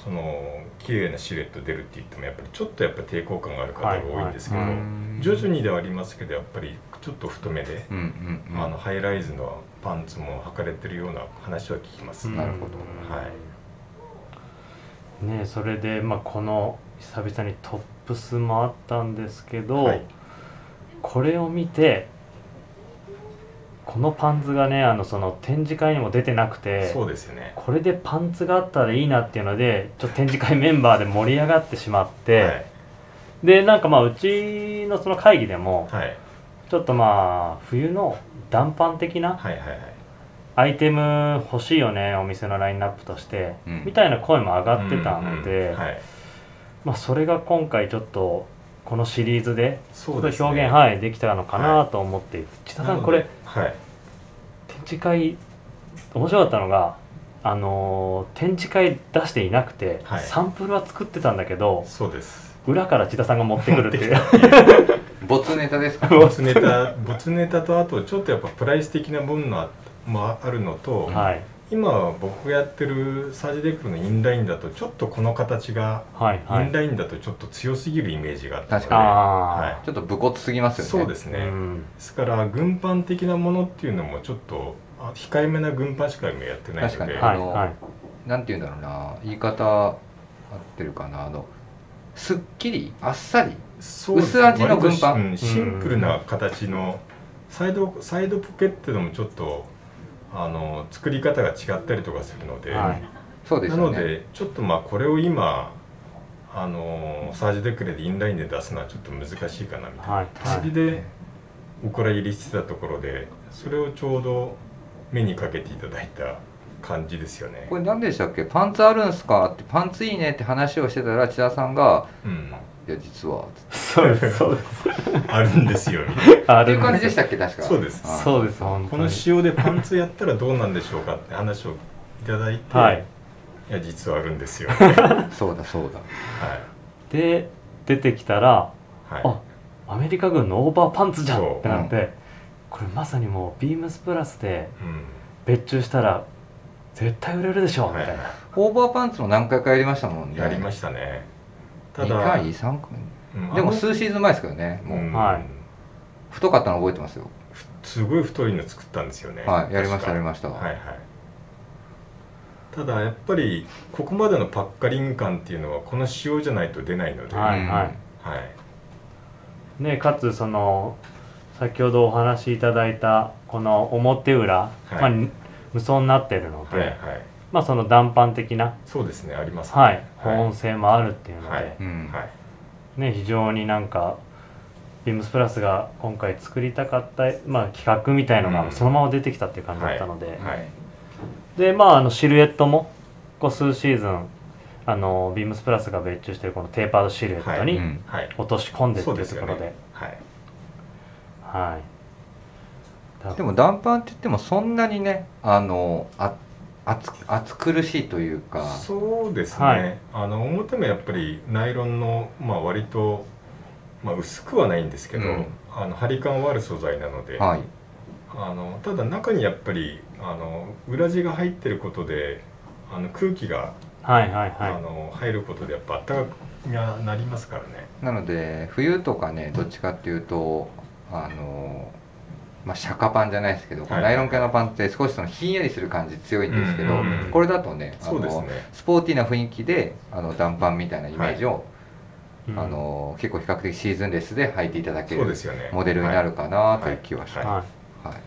Speaker 3: その綺麗なシルエット出るって言ってもやっぱりちょっとやっぱ抵抗感がある方が多いんですけど、
Speaker 2: はいはい
Speaker 3: 徐々にではありますけどやっぱりちょっと太めで、
Speaker 1: うんうんうん
Speaker 3: あのハイライズのパンツも履かれてるような話は聞きます、
Speaker 1: なるほど
Speaker 3: はい
Speaker 2: ねえそれで、まあ、この久々にトップスもあったんですけど、
Speaker 3: はい
Speaker 2: これを見てこのパンツがねあのその展示会にも出てなくて
Speaker 3: そうですよね、
Speaker 2: これでパンツがあったらいいなっていうのでちょっと展示会メンバーで盛り上がってしまって、でなんかまあうちのその会議でも
Speaker 3: はい、はい
Speaker 2: ちょっとまあ冬の短パン的な
Speaker 3: はいはいはい
Speaker 2: アイテム欲しいよねお店のラインナップとして、
Speaker 1: うん
Speaker 2: みたいな声も上がってたの
Speaker 3: うん
Speaker 2: で、
Speaker 3: うんはい、
Speaker 2: まあ、それが今回ちょっとこのシリーズで
Speaker 3: そう
Speaker 2: 表
Speaker 3: です
Speaker 2: 現、
Speaker 3: ね
Speaker 2: はい、できたのかなと思っていて、千田
Speaker 3: な
Speaker 2: さ
Speaker 3: の
Speaker 2: ん
Speaker 3: で
Speaker 2: これ
Speaker 3: はい
Speaker 2: 展示会面白かったのが、あのー展示会出していなくて、
Speaker 3: はい
Speaker 2: サンプルは作ってたんだけど
Speaker 3: そうです
Speaker 2: 裏から千田さんが持ってくるっていう
Speaker 1: 没ネタですか
Speaker 3: ボツネタボツネタとあとちょっとやっぱプライス的なものもあもあるのと、
Speaker 2: はい
Speaker 3: 今僕がやってるサージデックのインラインだとちょっとこの形が
Speaker 2: はい
Speaker 3: イ
Speaker 2: は
Speaker 3: ン
Speaker 2: い
Speaker 3: ラインだとちょっと強すぎるイメージがあったので、
Speaker 1: 確
Speaker 2: あ
Speaker 1: ちょっと武骨すぎますよね
Speaker 3: そうですす
Speaker 2: ー
Speaker 3: ね、
Speaker 2: うん
Speaker 3: ですから軍パン的なものっていうのもちょっとあ控えめな軍パンしか今やってないので、
Speaker 1: 確か
Speaker 2: は
Speaker 1: あ
Speaker 2: い
Speaker 1: の
Speaker 2: はい
Speaker 1: なんて言うんだろうな言い方合ってるかなあのすっきりあっさり
Speaker 3: そうです
Speaker 1: 薄味の軍パン
Speaker 3: 割とシうんシンプルな形のサイドサイドポケットでもちょっとあの作り方が違ったりとかするので、
Speaker 2: はい
Speaker 1: そうです
Speaker 3: な
Speaker 1: よ
Speaker 3: の
Speaker 1: ね
Speaker 3: でちょっとまあこれを今あのサージデクレでインラインで出すのはちょっと難しいかなみたいな。
Speaker 2: はい
Speaker 3: 走りでお蔵入りしてたところでそれをちょうど目にかけていただいた感じですよね
Speaker 1: こ。れ何でしたっけパンツあるんすかってパンツいいねって話をしてたら千田さんが
Speaker 3: うん、
Speaker 1: 「いや実は」つって
Speaker 2: そうですそうです
Speaker 3: ある んですよみたい
Speaker 2: あ
Speaker 1: っていう感じでしたたっけ確か
Speaker 3: そうです
Speaker 1: はい
Speaker 2: そうです本
Speaker 3: な
Speaker 2: 当
Speaker 3: こ
Speaker 2: に
Speaker 3: の仕様でパンツやったらどうなんでしょうかって話をいただいて、、
Speaker 2: はいい
Speaker 3: や実はある んですよ。はい
Speaker 1: そうだそうだ
Speaker 2: で出てきたら
Speaker 3: はい
Speaker 2: あアメリカ軍のオーバーパンツじゃ
Speaker 3: そうん
Speaker 2: ってなって、これまさにもうビームスプラスで
Speaker 3: うん
Speaker 2: 別注したら絶対売れるでしょみ
Speaker 3: は
Speaker 2: たいな、
Speaker 3: い、
Speaker 1: オーバーパンツも何回かやりましたもんね
Speaker 3: やりましたね。た
Speaker 1: 2
Speaker 3: だ
Speaker 1: 回3回
Speaker 3: うん
Speaker 1: でも
Speaker 3: あの
Speaker 1: 数シーズン前ですけどねもう、
Speaker 3: うん
Speaker 2: はい
Speaker 1: 太かったの覚えてますよ
Speaker 3: すごい太いの作ったんですよね。
Speaker 1: はいやりまし
Speaker 3: 確
Speaker 1: た
Speaker 3: か
Speaker 1: やりました、
Speaker 3: はいはい、ただやっぱりここまでのパッカリング感っていうのはこの仕様じゃないと出ないので、
Speaker 2: はい
Speaker 1: うん
Speaker 2: はい
Speaker 3: はい
Speaker 2: ねかつその先ほどお話しいただいたこの表裏、
Speaker 3: い
Speaker 2: まあ、に無双になってるので、
Speaker 3: はいはい
Speaker 2: まあその断板的な、
Speaker 3: そうですねありますね
Speaker 2: はい、保
Speaker 3: はい
Speaker 2: 温性もあるっていうので、
Speaker 3: はい
Speaker 1: うん
Speaker 3: はい
Speaker 2: ね非常になんかビームスプラスが今回作りたかった、まあ、企画みたいの
Speaker 3: うん
Speaker 2: がそのまま出てきたっていう感じだったので、
Speaker 3: はい
Speaker 2: でまああのシルエットもこう数シーズンあのビームスプラスが別注してるこのテーパードシルエット
Speaker 1: う
Speaker 2: に
Speaker 1: ん
Speaker 3: はい
Speaker 2: 落とし込んでってい
Speaker 3: そうで
Speaker 2: う
Speaker 3: す
Speaker 2: と
Speaker 3: よ
Speaker 2: こ
Speaker 3: ね
Speaker 2: ろで,、
Speaker 3: はい
Speaker 2: はい
Speaker 1: でもダンパンって言ってもそんなにねあのあ暑暑苦しいというか
Speaker 3: そうですね、
Speaker 2: はい
Speaker 3: あの表もやっぱりナイロンのまあ割とまあ薄くはないんですけど、
Speaker 1: うん
Speaker 3: あの張り感はある素材なので、
Speaker 1: はい
Speaker 3: あのただ中にやっぱりあの裏地が入ってることであの空気が
Speaker 2: はいはい
Speaker 3: あ
Speaker 2: は
Speaker 3: の入ることでやっぱあったかくがなりますからね
Speaker 1: なので冬とかねどっちかっていうとあのまあ、釈迦パンじゃないですけど、
Speaker 3: はい
Speaker 1: ナイロン系のパンって少しそのひんやりする感じ強いんですけど、
Speaker 2: うんうんうん
Speaker 1: これだとねあ
Speaker 3: そうです
Speaker 1: の
Speaker 3: ね
Speaker 1: スポーティーな雰囲気であの短パンみたいなイメージを、
Speaker 2: い、うん
Speaker 1: あの結構比較的シーズンレスで履いていただけ
Speaker 3: そうで
Speaker 1: る
Speaker 3: すよね
Speaker 1: モデルになるかなという気はします、
Speaker 2: は
Speaker 1: はい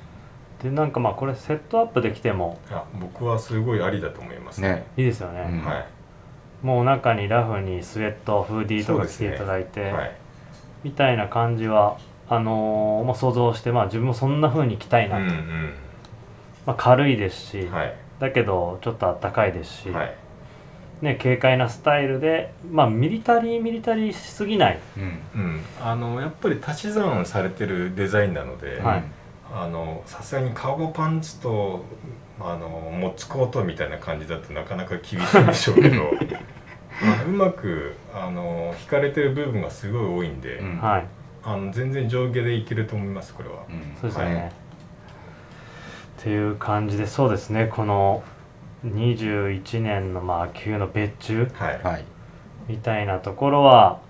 Speaker 2: い、でなんかまあこれセットアップできても
Speaker 3: はい、いや僕はすごいありだと思いますね
Speaker 1: ね
Speaker 2: いいですよね、
Speaker 1: うん
Speaker 3: は
Speaker 2: もう中にラフにスウェットフーディーとか着ていただいて、
Speaker 3: い、はい、
Speaker 2: みたいな感じはあのーまあ、想像して、まあ、自分もそんな風に着たいうな、ま
Speaker 3: ん
Speaker 2: あ、軽いですし、
Speaker 3: うんはい
Speaker 2: だけどちょっとあったかいですし、
Speaker 3: はい
Speaker 2: ね、軽快なスタイルで、まあ、ミリタリーミリタリーしすぎない、
Speaker 1: うん
Speaker 3: うんあのやっぱり足し算されてるデザインなので、
Speaker 2: はい
Speaker 3: あのさすがにカゴパンツとあのモッツコートみたいな感じだとなかなか厳しいんでしょう けどあのうまくあの引かれてる部分がすごい多いんで、
Speaker 1: うん
Speaker 2: はい
Speaker 3: あの全然上下でいけると思いますこれは、
Speaker 1: うん
Speaker 2: そうですよね、
Speaker 1: はい
Speaker 2: っていう感じでそうですねこの21年のまあ旧の別注
Speaker 3: はい
Speaker 1: はい、
Speaker 2: みたいなところは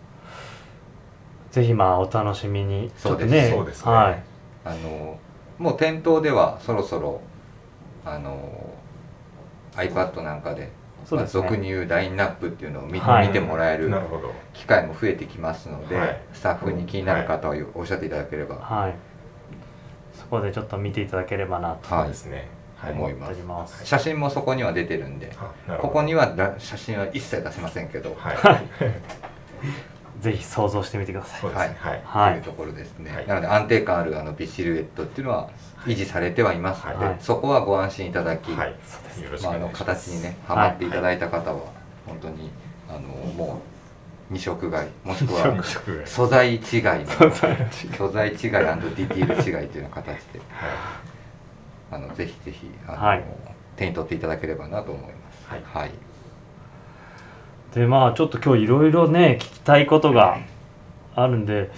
Speaker 2: ぜひまあお楽しみに
Speaker 1: そうです
Speaker 2: ちょっと
Speaker 3: そうですね
Speaker 2: はい
Speaker 1: あのもう店頭ではそろそろあの iPad なんかで
Speaker 2: そうですね
Speaker 1: まあ俗に言うラインナップっていうのを見,、
Speaker 2: はい
Speaker 1: 見てもらえる
Speaker 3: なるほど
Speaker 1: 機会も増えてきますので、
Speaker 3: はい
Speaker 1: スタッフに気になる方はおっしゃっていただければ
Speaker 2: はいそこでちょっと見ていただければなと
Speaker 1: は
Speaker 3: そ
Speaker 1: いう
Speaker 3: ですね、はい、
Speaker 1: 思い
Speaker 2: 思
Speaker 1: ま
Speaker 2: ってお
Speaker 1: す
Speaker 2: ります、
Speaker 1: 写真もそこには出てるんで
Speaker 3: あなるほ
Speaker 1: こ
Speaker 3: ど
Speaker 1: こにはだ写真は一切出せませんけど、
Speaker 3: はい
Speaker 2: ぜひ想像してみてくださ
Speaker 3: そう
Speaker 2: い
Speaker 3: ですねはい
Speaker 2: は
Speaker 1: という
Speaker 2: い
Speaker 1: ところですね、
Speaker 3: はい
Speaker 1: なので安定感あるあの美シルエットっていうのは維持されてはいますので、
Speaker 2: はい
Speaker 1: そこはご安心いただき、
Speaker 3: はい
Speaker 2: そうですね
Speaker 3: よろしく
Speaker 1: ま
Speaker 3: お
Speaker 1: あ、あの
Speaker 3: 願いしま
Speaker 1: 形
Speaker 3: す、
Speaker 1: にね
Speaker 2: は
Speaker 1: ハ
Speaker 2: い
Speaker 1: マっていただいた方は本当にあのもう二色買いもしくは
Speaker 3: 形に
Speaker 1: 素材違い
Speaker 2: そう
Speaker 1: の
Speaker 2: そう
Speaker 1: 素材違いディティール違いというような形で
Speaker 3: は
Speaker 1: あのぜひぜひあの、
Speaker 2: はい
Speaker 1: 手に取っていただければなと思います。
Speaker 3: はい
Speaker 1: はい
Speaker 2: でまあちょっと今日いろいろね聞きたいことがあるんで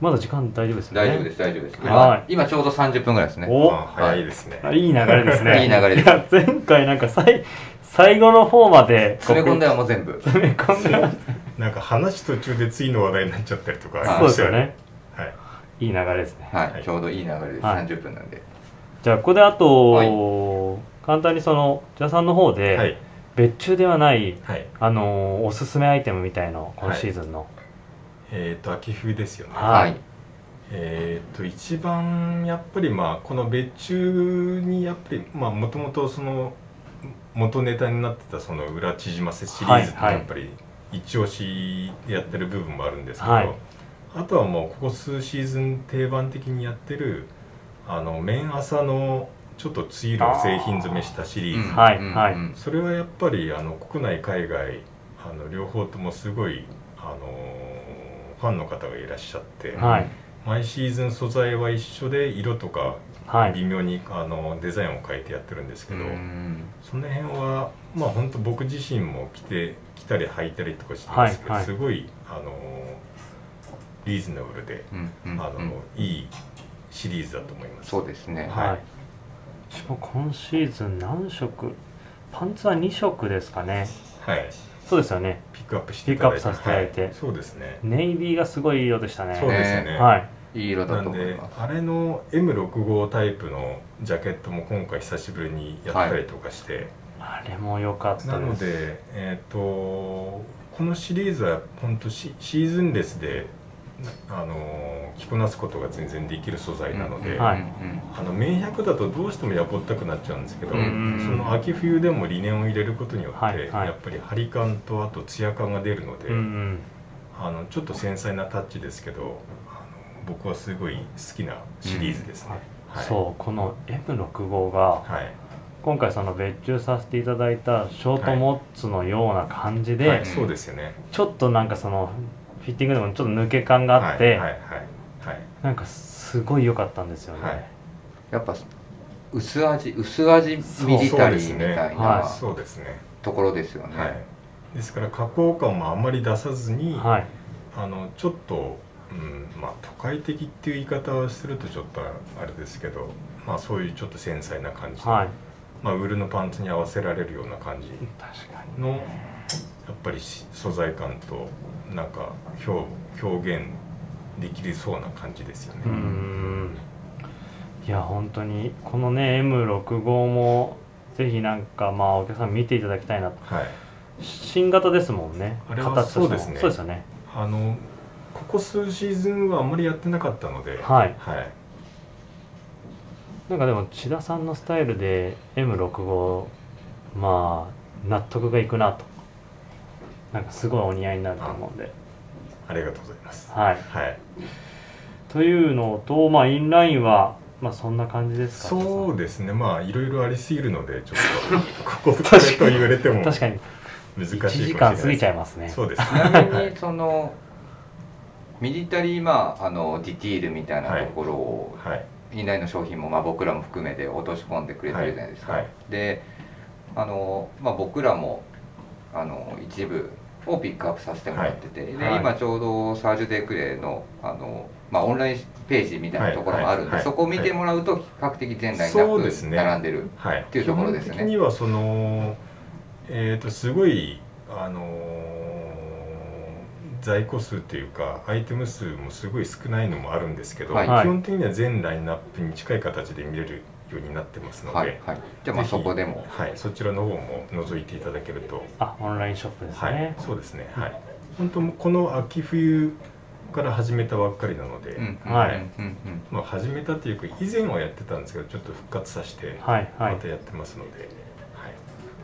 Speaker 2: まだ時間大丈夫ですよね
Speaker 1: 大丈夫です、大丈夫です。
Speaker 2: は
Speaker 1: 今、
Speaker 2: い
Speaker 1: 今ちょうど30分ぐらいですね。
Speaker 2: お
Speaker 3: あ早いですね、
Speaker 2: あいい流れです ね
Speaker 1: いい流れです
Speaker 2: いや前回なんか最最後の方まで
Speaker 1: 詰め込んだよ、もう 全部。
Speaker 2: 詰め込んだ
Speaker 3: なんか話途中で次の話題になっちゃったりとかあり
Speaker 2: そう
Speaker 3: ま
Speaker 2: で
Speaker 3: し
Speaker 2: す
Speaker 3: た
Speaker 2: よね
Speaker 3: はい
Speaker 2: いい流れですね
Speaker 1: は、
Speaker 3: はいい
Speaker 1: ちょうどいい流れです。
Speaker 2: はい
Speaker 1: 30分なんで。
Speaker 2: じゃあここであと、
Speaker 1: は
Speaker 2: 簡単にそのジャさんの方で、
Speaker 3: はい
Speaker 2: 別注ではない
Speaker 3: はい
Speaker 2: あのーおすすめアイテムみたいの今シーズンの、
Speaker 3: えっ、と秋冬ですよね
Speaker 2: はい
Speaker 1: はい。
Speaker 3: えー、と一番やっぱりまあこの別注にやっぱりまあもともとその元ネタになってたその裏縮ませシリーズって
Speaker 2: はいはい
Speaker 3: やっぱり一押しでやってる部分もあるんですけど、
Speaker 2: はい
Speaker 3: あとはもうここ数シーズン定番的にやってるあの綿麻のちょっとツイルを製品染めしたシリーズ、
Speaker 1: うん
Speaker 2: はい
Speaker 1: うん
Speaker 2: はい
Speaker 1: うん
Speaker 3: それはやっぱりあの国内海外あの両方ともすごいあのファンの方がいらっしゃって。
Speaker 2: はい
Speaker 3: 毎シーズン素材は一緒で色とか
Speaker 2: はい
Speaker 3: 微妙にあのデザインを変えてやってるんですけ
Speaker 1: う
Speaker 3: ど、
Speaker 1: ん
Speaker 3: その辺はまあ本当僕自身も着て着たり履いたりとかしてますけど、
Speaker 2: はいはい
Speaker 3: すごいあのリーズナブルで、
Speaker 1: うんうんうん
Speaker 3: あのいいシリーズだと思います。
Speaker 1: そうですね。
Speaker 3: はい
Speaker 2: はい私も今シーズン何色パンツは2色ですかね
Speaker 3: はい、
Speaker 2: そうですよね
Speaker 3: ピックアップしていただい
Speaker 2: ピッ
Speaker 3: て
Speaker 2: クアップさせていただいて
Speaker 3: はそうですね。
Speaker 2: ネイビーがすごいいい色でしたね
Speaker 3: そうですよね。
Speaker 2: はい
Speaker 1: いい色だ
Speaker 3: な
Speaker 1: と
Speaker 3: ん
Speaker 1: 思い
Speaker 3: で
Speaker 1: ます。
Speaker 3: あれの M65 タイプのジャケットも今回久しぶりにやったりとかして、
Speaker 2: あれも良かった
Speaker 3: なの
Speaker 2: です
Speaker 3: で、えー、とこのシリーズは本当シシーズンレスで、あのー着こなすことが全然できる素材なので、
Speaker 1: うん
Speaker 2: はい
Speaker 1: うん
Speaker 3: あの綿100だとどうしてもやぼったくなっちゃうんですけど、
Speaker 1: うんうんうん
Speaker 3: その秋冬でもリネンを入れることによって、
Speaker 2: はいはい
Speaker 3: やっぱり張り感とあとツヤ感が出るので、
Speaker 2: うんうん
Speaker 3: あのちょっと繊細なタッチですけどあの僕はすごい好きなシリーズですね。はい
Speaker 2: そうこの M65 が
Speaker 3: はい
Speaker 2: 今回その別注させていただいたショートモッツのような感じで、
Speaker 3: はい、そうですよね。
Speaker 2: ちょっとなんかそのフィッティングでもちょっと抜け感があって、
Speaker 3: はいはいはい
Speaker 2: なんかすごい良かったんですよね、
Speaker 3: はい、はい
Speaker 1: やっぱ薄味薄味ミリタリーみたい
Speaker 2: は
Speaker 1: な
Speaker 3: そうですね。
Speaker 1: ところですよね。
Speaker 3: はい、ですから加工感もあんまり出さずに、
Speaker 2: はい
Speaker 3: あのちょっと、うんまあ、都会的っていう言い方をするとちょっとあれですけど、まあ、そういうちょっと繊細な感じ、
Speaker 2: はい
Speaker 3: まあ、ウールのパンツに合わせられるような感じ
Speaker 2: 確かに
Speaker 3: のやっぱりし素材感となんか表表現できるそうな感じですよね。
Speaker 2: うーんいや本当にこのね M65 もぜひなんかまあお客さん見ていただきたいなと
Speaker 3: はい
Speaker 2: 新型ですもんね
Speaker 3: あれは
Speaker 2: としても
Speaker 3: そうですね
Speaker 2: そうですよね
Speaker 3: あのここ数シーズンはあんまりやってなかったので、
Speaker 2: はい
Speaker 3: はい、
Speaker 2: なんかでも千田さんのスタイルで M65 まあ納得がいくなとなんかすごいお似合いになると思うんで
Speaker 3: ありがとうございます。
Speaker 2: はい
Speaker 3: はい
Speaker 2: というのと、まあ、インラインは、まあ、そんな感じですか
Speaker 3: そうですねまあいろいろありすぎるのでちょ っとここからと言われても難
Speaker 2: 確
Speaker 3: しい
Speaker 2: かに
Speaker 3: かもしれない
Speaker 2: 1時間過ぎちゃ
Speaker 3: い
Speaker 2: いますね
Speaker 3: そうです
Speaker 1: ち
Speaker 3: ね
Speaker 1: なみにそのミリタリーまああのディティールみたいなところを
Speaker 3: はい
Speaker 1: インラインの商品もまあ僕らも含めて落とし込んでくれてるじゃないですか。
Speaker 3: はいはい
Speaker 1: であの、まあ、僕らもあの一部をピックアップさせてもらってて、で
Speaker 2: はい
Speaker 1: 今ちょうどサージュ・デクレイのあの、まあ、オンラインページみたいなところもあるんで、
Speaker 3: はいはいはい
Speaker 1: そこを見てもらうと比較的前代
Speaker 3: そう
Speaker 1: な
Speaker 3: で
Speaker 1: く
Speaker 3: すね
Speaker 1: 並んでる。
Speaker 3: はい
Speaker 1: ていうところですね
Speaker 3: 基本的にはそのえっ、とすごいあのー在庫数というかアイテム数もすごい少ないのもあるんですけど、
Speaker 1: はい
Speaker 3: 基本的には全ラインナップに近い形で見れるようになってますので、
Speaker 1: はいはい、じゃあまあ
Speaker 3: ぜひ
Speaker 1: そこでも
Speaker 3: はい、そちらの方も覗いていただけると
Speaker 2: あオンラインショップです
Speaker 3: はい、
Speaker 2: ね、
Speaker 3: そうですね。はい。本当もうこの秋冬から始めたばっかりなので、
Speaker 1: うん
Speaker 2: はい
Speaker 1: うんうんうん
Speaker 3: まあ始めたというか以前はやってたんですけど、ちょっと復活させて
Speaker 2: はいは
Speaker 3: ま
Speaker 2: い
Speaker 3: たやってますので、はい。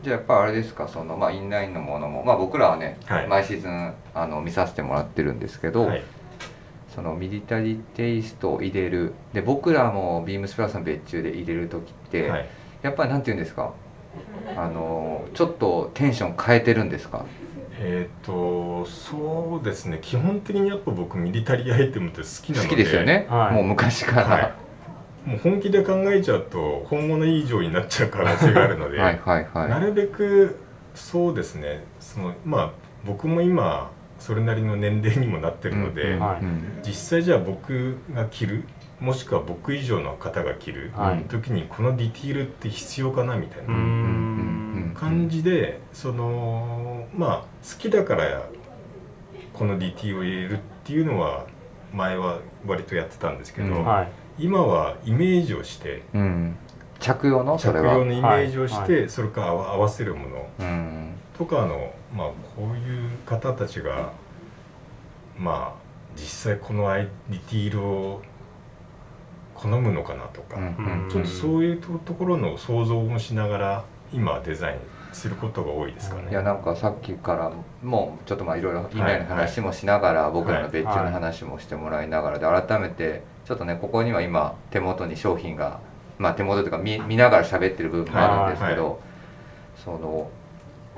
Speaker 1: じゃあやっぱあれですかその、まあ、インラインのものも、まあ、僕らはね、
Speaker 3: はい
Speaker 1: 毎シーズンあの見させてもらってるんですけど、
Speaker 3: はい
Speaker 1: そのミリタリーテイストを入れるで僕らもビームスプラスの別注で入れる時って、
Speaker 3: はい
Speaker 1: やっぱりなんて言うんですかあのちょっとテンション変えてるんですか
Speaker 3: えっ、とそうですね。基本的にやっぱ僕ミリタリーアイテムって好きな
Speaker 1: 好
Speaker 3: ので、
Speaker 1: きですよね、
Speaker 2: はい
Speaker 1: もう昔から、
Speaker 3: はい。もう本気で考えちゃうと本物以上になっちゃう可能性があるので、
Speaker 1: はいはいはい
Speaker 3: なるべくそうですねそのまあ僕も今それなりの年齢にもなってるので、
Speaker 1: うん
Speaker 2: はい
Speaker 1: うん
Speaker 3: 実際じゃあ僕が着るもしくは僕以上の方が着る
Speaker 2: はい
Speaker 3: 時にこのディティールって必要かなみたい
Speaker 2: うん
Speaker 3: な
Speaker 1: うん
Speaker 3: 感じでそのまあ好きだからこのディティールを入れるっていうのは前は割とやってたんですけど、
Speaker 1: うん
Speaker 2: はい
Speaker 3: 今はイメージをして
Speaker 1: うん着用のそ
Speaker 3: 着
Speaker 1: れ
Speaker 3: 用
Speaker 1: は
Speaker 3: のイメージをして、
Speaker 2: はい
Speaker 3: それから合わ合わせるもの
Speaker 1: うん
Speaker 3: とかの、まあ、こういう方たちがまあ実際このアイディティールを好むのかなとか、
Speaker 1: うん
Speaker 2: うん
Speaker 3: ちょっとそういうとところの想像もしながら今はデザインすることが多いですか
Speaker 1: い
Speaker 3: ね。
Speaker 1: やなんかさっきからもうちょっとまあいろいろ今の
Speaker 3: はい
Speaker 1: 話もしながら、僕ら
Speaker 3: は
Speaker 1: の
Speaker 3: い
Speaker 1: 別注の話もしてもらいながらで改めてちょっとねここには今手元に商品がまあ手元というか見見ながら喋ってる部分もあるんですけど、その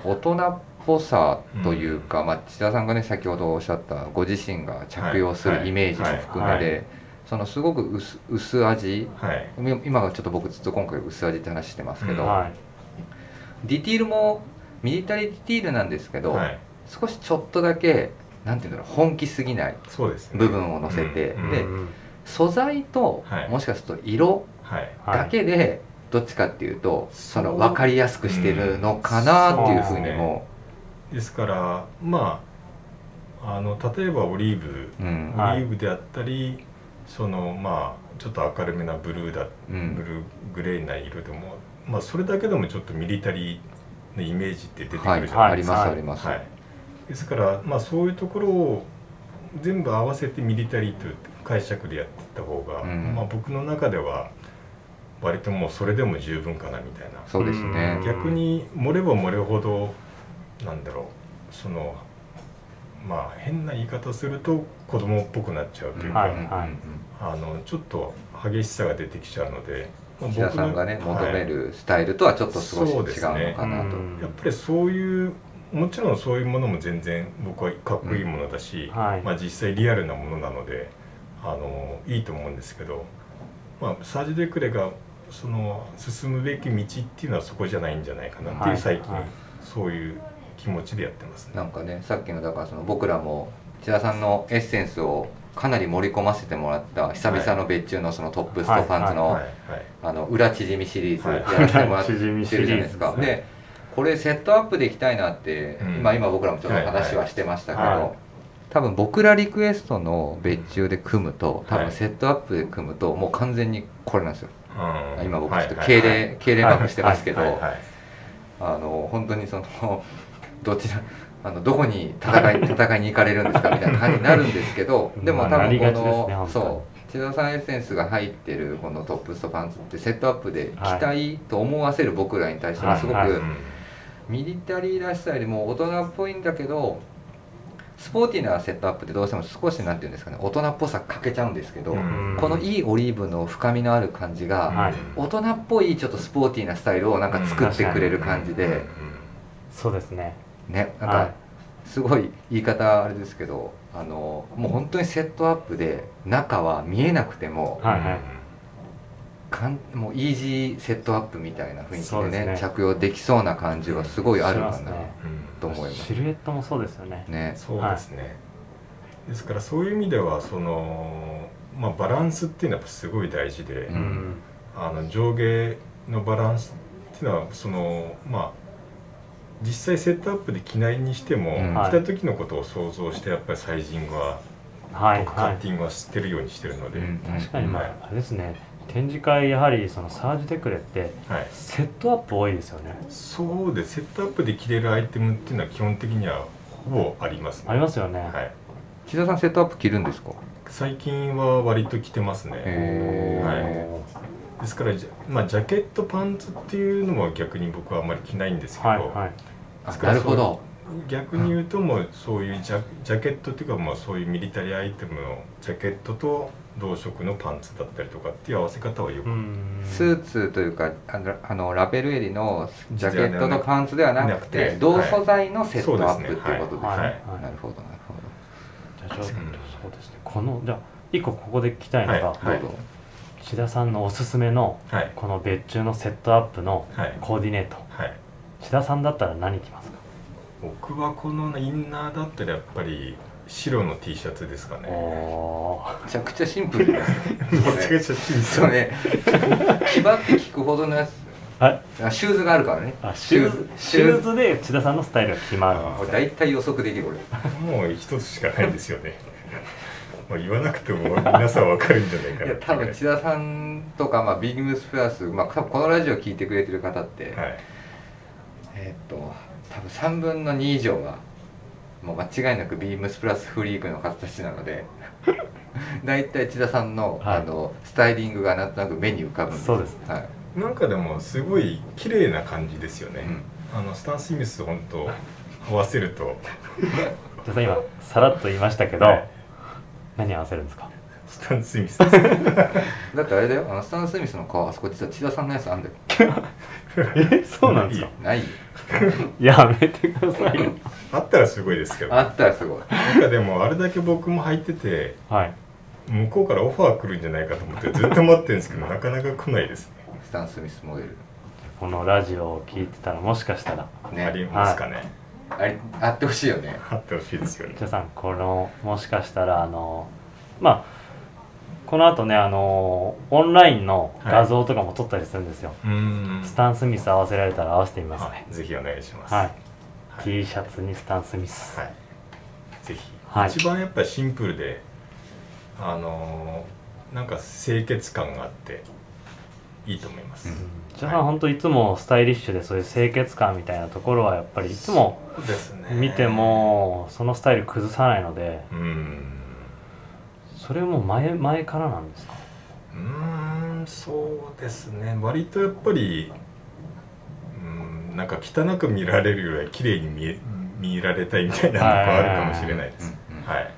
Speaker 1: 大人っぽさというか、まあ千田さんがね先ほどおっしゃったご自身が着用す
Speaker 3: は
Speaker 1: る
Speaker 3: い
Speaker 1: イメージも含め
Speaker 3: はいは
Speaker 1: てそのすごく薄薄味
Speaker 3: はい、
Speaker 1: 今はちょっと僕ずっと今回薄味って話してますけど、
Speaker 3: うん
Speaker 2: はい
Speaker 1: ディティールもミリタリーディティールなんですけど、
Speaker 3: はい、
Speaker 1: 少しちょっとだけなんていうんだろう本気すぎない
Speaker 3: そうですね。
Speaker 1: 部分を乗せて
Speaker 3: うんうん
Speaker 1: で
Speaker 2: うん
Speaker 1: 素材と、
Speaker 3: はい
Speaker 1: もしかすると色
Speaker 3: はい、
Speaker 2: はい
Speaker 1: だけでどっちかっていうと、そ
Speaker 3: そ
Speaker 1: の
Speaker 3: う
Speaker 1: 分かりやすくしてるのかなっていうふうにも、
Speaker 3: ですからまああの例えばオリーブ
Speaker 1: う
Speaker 3: オリ
Speaker 1: ん
Speaker 2: はい
Speaker 3: ーブであったり、そのまあちょっと明るめなブルーだ
Speaker 1: う
Speaker 3: ブ
Speaker 1: ん
Speaker 3: ルーグレーな色でも、まあ、それだけでもちょっとミリタリーのイメージって出てく
Speaker 1: はい
Speaker 3: るじゃな
Speaker 1: あ
Speaker 3: いで
Speaker 1: り
Speaker 3: す
Speaker 1: ます、
Speaker 2: はい
Speaker 1: あります、
Speaker 3: か。はいですから、まあ、そういうところを全部合わせてミリタリーという解釈でやっていった方が、
Speaker 1: うん
Speaker 3: まあ、僕の中では割ともうそれでも十分かなみたいな
Speaker 1: そうですね
Speaker 2: うん
Speaker 3: 逆に盛れば盛るほどなんだろうそのまあ変な言い方すると子供っぽくなっちゃうというか、
Speaker 2: はい
Speaker 1: うんうんうん
Speaker 2: はい
Speaker 3: あのちょっと激しさが出てきちゃうので、まあ
Speaker 1: 千田さんがね求めるスタイルとはちょっと少し違うのかなと、
Speaker 2: うん
Speaker 3: やっぱりそういうもちろんそういうものも全然僕はかっこいいものだし、
Speaker 2: はい
Speaker 3: まあ、実際リアルなものなのであのいいと思うんですけど、まあ、サージ・デクレがその進むべき道っていうのはそこじゃないんじゃないかなって
Speaker 2: はいいう
Speaker 3: 最近、
Speaker 2: はい
Speaker 3: そういう気持ちでやってますね。
Speaker 1: なんかねさっきのだからその僕らも千田さんのエッセンスをかなり盛り込ませてもらった久々の別注のそのトップスとファンズの、
Speaker 3: はいはい
Speaker 1: あの裏縮みシリーズ
Speaker 3: はい
Speaker 1: やらせてもらってる
Speaker 2: 縮み
Speaker 1: じ
Speaker 2: シ
Speaker 1: ゃ
Speaker 2: リ
Speaker 1: ないで
Speaker 2: ーズ
Speaker 1: すか。
Speaker 3: シリーズですね
Speaker 1: でこれセットアップでいきたいなって、
Speaker 3: うん
Speaker 1: 今今僕らもちょっと話はしてましたけど、
Speaker 2: はいはい
Speaker 1: 多分僕らリクエストの別注で組むと多
Speaker 3: は
Speaker 1: 分
Speaker 3: い
Speaker 1: セットアップで組むともう完全にこれなんですよ。
Speaker 3: うん
Speaker 1: 今僕
Speaker 3: は
Speaker 1: ちょ
Speaker 3: い
Speaker 1: っと
Speaker 3: はい
Speaker 1: 敬礼敬礼バックしてますけ
Speaker 3: はい
Speaker 1: ど
Speaker 3: はい
Speaker 1: あの本当にその どちらあのどこに戦い戦いに行かれるんですかみたいな感じになるんですけ どでも
Speaker 2: ま
Speaker 1: 多
Speaker 2: あな
Speaker 1: 分
Speaker 2: り
Speaker 1: こ
Speaker 2: がちですね
Speaker 1: の、
Speaker 2: 本当に
Speaker 1: そう千田さんエッセンスが入ってるこのトップストパンツってセットアップで着たいと思わせる僕らに対してはすご
Speaker 2: はい
Speaker 3: うん
Speaker 2: は
Speaker 1: くミリタリーらしさよりも大人っぽいんだけどスポーティーなセットアップってどうしても少しなんていうんですかね大人っぽさ欠けちゃうんですけど、
Speaker 3: うん
Speaker 1: このいいオリーブの深みのある感じが、
Speaker 2: はい
Speaker 1: 大人っぽいちょっとスポーティーなスタイルをなんか作ってくれる感じで。
Speaker 3: うんうん
Speaker 2: そうですね
Speaker 1: ねなん
Speaker 2: は
Speaker 1: か
Speaker 2: い
Speaker 1: すごい言い方あれですけどあのもう本当にセットアップで中は見えなくても
Speaker 2: はいはい
Speaker 1: かんもうイージーセットアップみたいな雰囲気
Speaker 2: そう
Speaker 1: で
Speaker 2: で
Speaker 1: ね
Speaker 2: すね
Speaker 1: 着用できそうな感じはすごいあるか
Speaker 2: します
Speaker 1: な
Speaker 2: ね
Speaker 3: うん
Speaker 1: と思います
Speaker 2: シルエットもそうですよね
Speaker 1: ね。
Speaker 3: そうですね、ですからそういう意味ではその、まあ、バランスっていうのはやっぱすごい大事で、
Speaker 1: う
Speaker 2: うんん
Speaker 3: あの上下のバランスっていうのはそのまあ実際セットアップで着ないにしても、
Speaker 1: うん
Speaker 2: はい
Speaker 3: 着た時のことを想像してやっぱりサイジングは、
Speaker 2: はい
Speaker 3: とかカ
Speaker 2: は
Speaker 3: ッ
Speaker 2: い
Speaker 3: ティングは知ってるようにしてるので、
Speaker 1: うん
Speaker 2: 確かにま
Speaker 3: はい
Speaker 2: ああれですね展示会やはりそのサージテクレって
Speaker 3: はい、
Speaker 2: セットアップ多いですよね
Speaker 3: そうでセットアップで着れるアイテムっていうのは基本的にはほぼありますね
Speaker 2: ありますよね
Speaker 3: はい、
Speaker 1: 千田さんセットアップ着るんですか
Speaker 3: 最近は割と着てますね、
Speaker 1: へー
Speaker 3: はいですからじゃ、まあ、ジャケットパンツっていうのは逆に僕はあんまり着ないんですけど、
Speaker 2: はいはい
Speaker 1: あなるほど
Speaker 3: 逆に言うともうそういうジャジャケットっていうかまあそういうミリタリーアイテムのジャケットと同色のパンツだったりとかっていう合わせ方はよく、
Speaker 2: うん
Speaker 1: スーツというかあのあのラベル襟のジャケットとパンツではなく
Speaker 3: じゃ
Speaker 1: て
Speaker 3: なくて
Speaker 1: 同素材のセッ
Speaker 3: そ
Speaker 1: ト
Speaker 3: うで
Speaker 1: アッ
Speaker 3: す
Speaker 1: プ
Speaker 3: ね
Speaker 1: っていうことですね。
Speaker 2: はい
Speaker 1: なるほどなるほど
Speaker 2: じゃあちょっとそうですねこのじゃあ一個ここで聞きたいのが、
Speaker 3: はい
Speaker 1: どうぞ
Speaker 2: 岸田さんのおすすめの
Speaker 3: はい
Speaker 2: この別注のセットアップの
Speaker 3: はい
Speaker 2: コーディネート
Speaker 3: はい
Speaker 2: 岸田さんだったら何着ますか
Speaker 3: 僕はこのインナーだったらやっぱり白の T シャツですかね
Speaker 2: あ
Speaker 1: めちゃくちゃシンプルです
Speaker 3: めちゃくちゃ小
Speaker 1: そ
Speaker 3: さ
Speaker 1: う
Speaker 3: い
Speaker 1: ね気張って聞くほどのやつ
Speaker 2: あ
Speaker 1: あシューズがあるからね
Speaker 2: あシューズシューズで千田さんのスタイルが決まるん
Speaker 1: こ
Speaker 2: で
Speaker 1: れ
Speaker 2: すね
Speaker 1: 大体予測できる俺
Speaker 3: もう一つしかないですよね まあ言わなくても皆さんわかるんじゃないか
Speaker 1: い
Speaker 3: な
Speaker 1: や多分千田さんとか、まあ、ビームスプラス、まあ、多分このラジオ聞いてくれてる方って、
Speaker 3: はい
Speaker 1: えーっと多分3分の2以上がもう間違いなくビームスプラスフリークの方たちなので 大体千田さんの,、
Speaker 2: はい
Speaker 1: あのスタイリングがなんとなく目に浮かぶん
Speaker 2: そうですね
Speaker 1: はい
Speaker 3: なんかでもすごい綺麗な感じですよね、
Speaker 1: うん
Speaker 3: あのスタン・スミスと本当合わせると
Speaker 2: 千田さん今さらっと言いましたけど、
Speaker 3: はい
Speaker 2: 何合わせるんですか
Speaker 3: スタン・スミ スです
Speaker 1: だってあれだよあのスタン・スミスの顔あそこ実は千田さんのやつあんだよ
Speaker 2: えそうなんですか
Speaker 1: ないよ
Speaker 2: やめてくださいよ
Speaker 3: あったらすごいですけど
Speaker 1: あ
Speaker 3: な
Speaker 1: ったらすごい
Speaker 3: んかでもあれだけ僕も入ってて
Speaker 2: はい
Speaker 3: 向こうからオファー来るんじゃないかと思ってずっと待ってるんですけどなかなか来ないですね
Speaker 1: スタン・スミスモデル
Speaker 2: このラジオを聞いてたらもしかしたら
Speaker 1: ね
Speaker 3: ありますかね、
Speaker 1: ありあってほしいよね
Speaker 3: あってほしいですよね
Speaker 2: 千田さんこのもしかしたらあのまあこの後ねあのオンラインの画像とかも撮ったりするんですよ、
Speaker 3: うーん
Speaker 2: スタン・スミス合わせられたら合わせてみますね
Speaker 3: あぜひお願いします
Speaker 2: はい、T シャツにスタン・スミス、
Speaker 3: はいぜひ、
Speaker 2: はい
Speaker 3: 一番やっぱシンプルであのーなんか清潔感があっていいと思います、
Speaker 1: うん
Speaker 2: うんじゃあ本当いつもスタイリッシュでそういう清潔感みたいなところはやっぱりいつも
Speaker 3: そうですね
Speaker 2: 見てもそのスタイル崩さないので
Speaker 3: うーん
Speaker 2: それも前前からなんですか
Speaker 3: うーんそうですね割とやっぱりうーんなんか汚く見られるよりは綺麗に見え見られたいみたいなのがあるかもしれないで
Speaker 1: うん
Speaker 3: す
Speaker 1: うん
Speaker 3: はい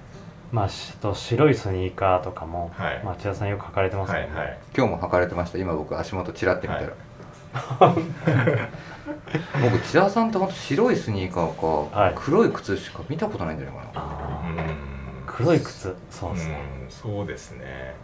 Speaker 2: まあしと白いスニーカーとかも、
Speaker 3: はい
Speaker 2: まあ、千田さんよく書かれてます
Speaker 3: は
Speaker 2: け
Speaker 3: い
Speaker 2: ど、
Speaker 3: はい
Speaker 1: 今日も履かれてました今僕足元チラって見たら、
Speaker 3: はい
Speaker 1: 僕千田さんってほんと白いスニーカーか、
Speaker 2: はい
Speaker 1: 黒い靴しか見たことないんじゃないかな
Speaker 3: う
Speaker 2: あ
Speaker 3: ー
Speaker 2: ー
Speaker 3: ん
Speaker 2: 黒い靴そうですね、
Speaker 3: うんそうですね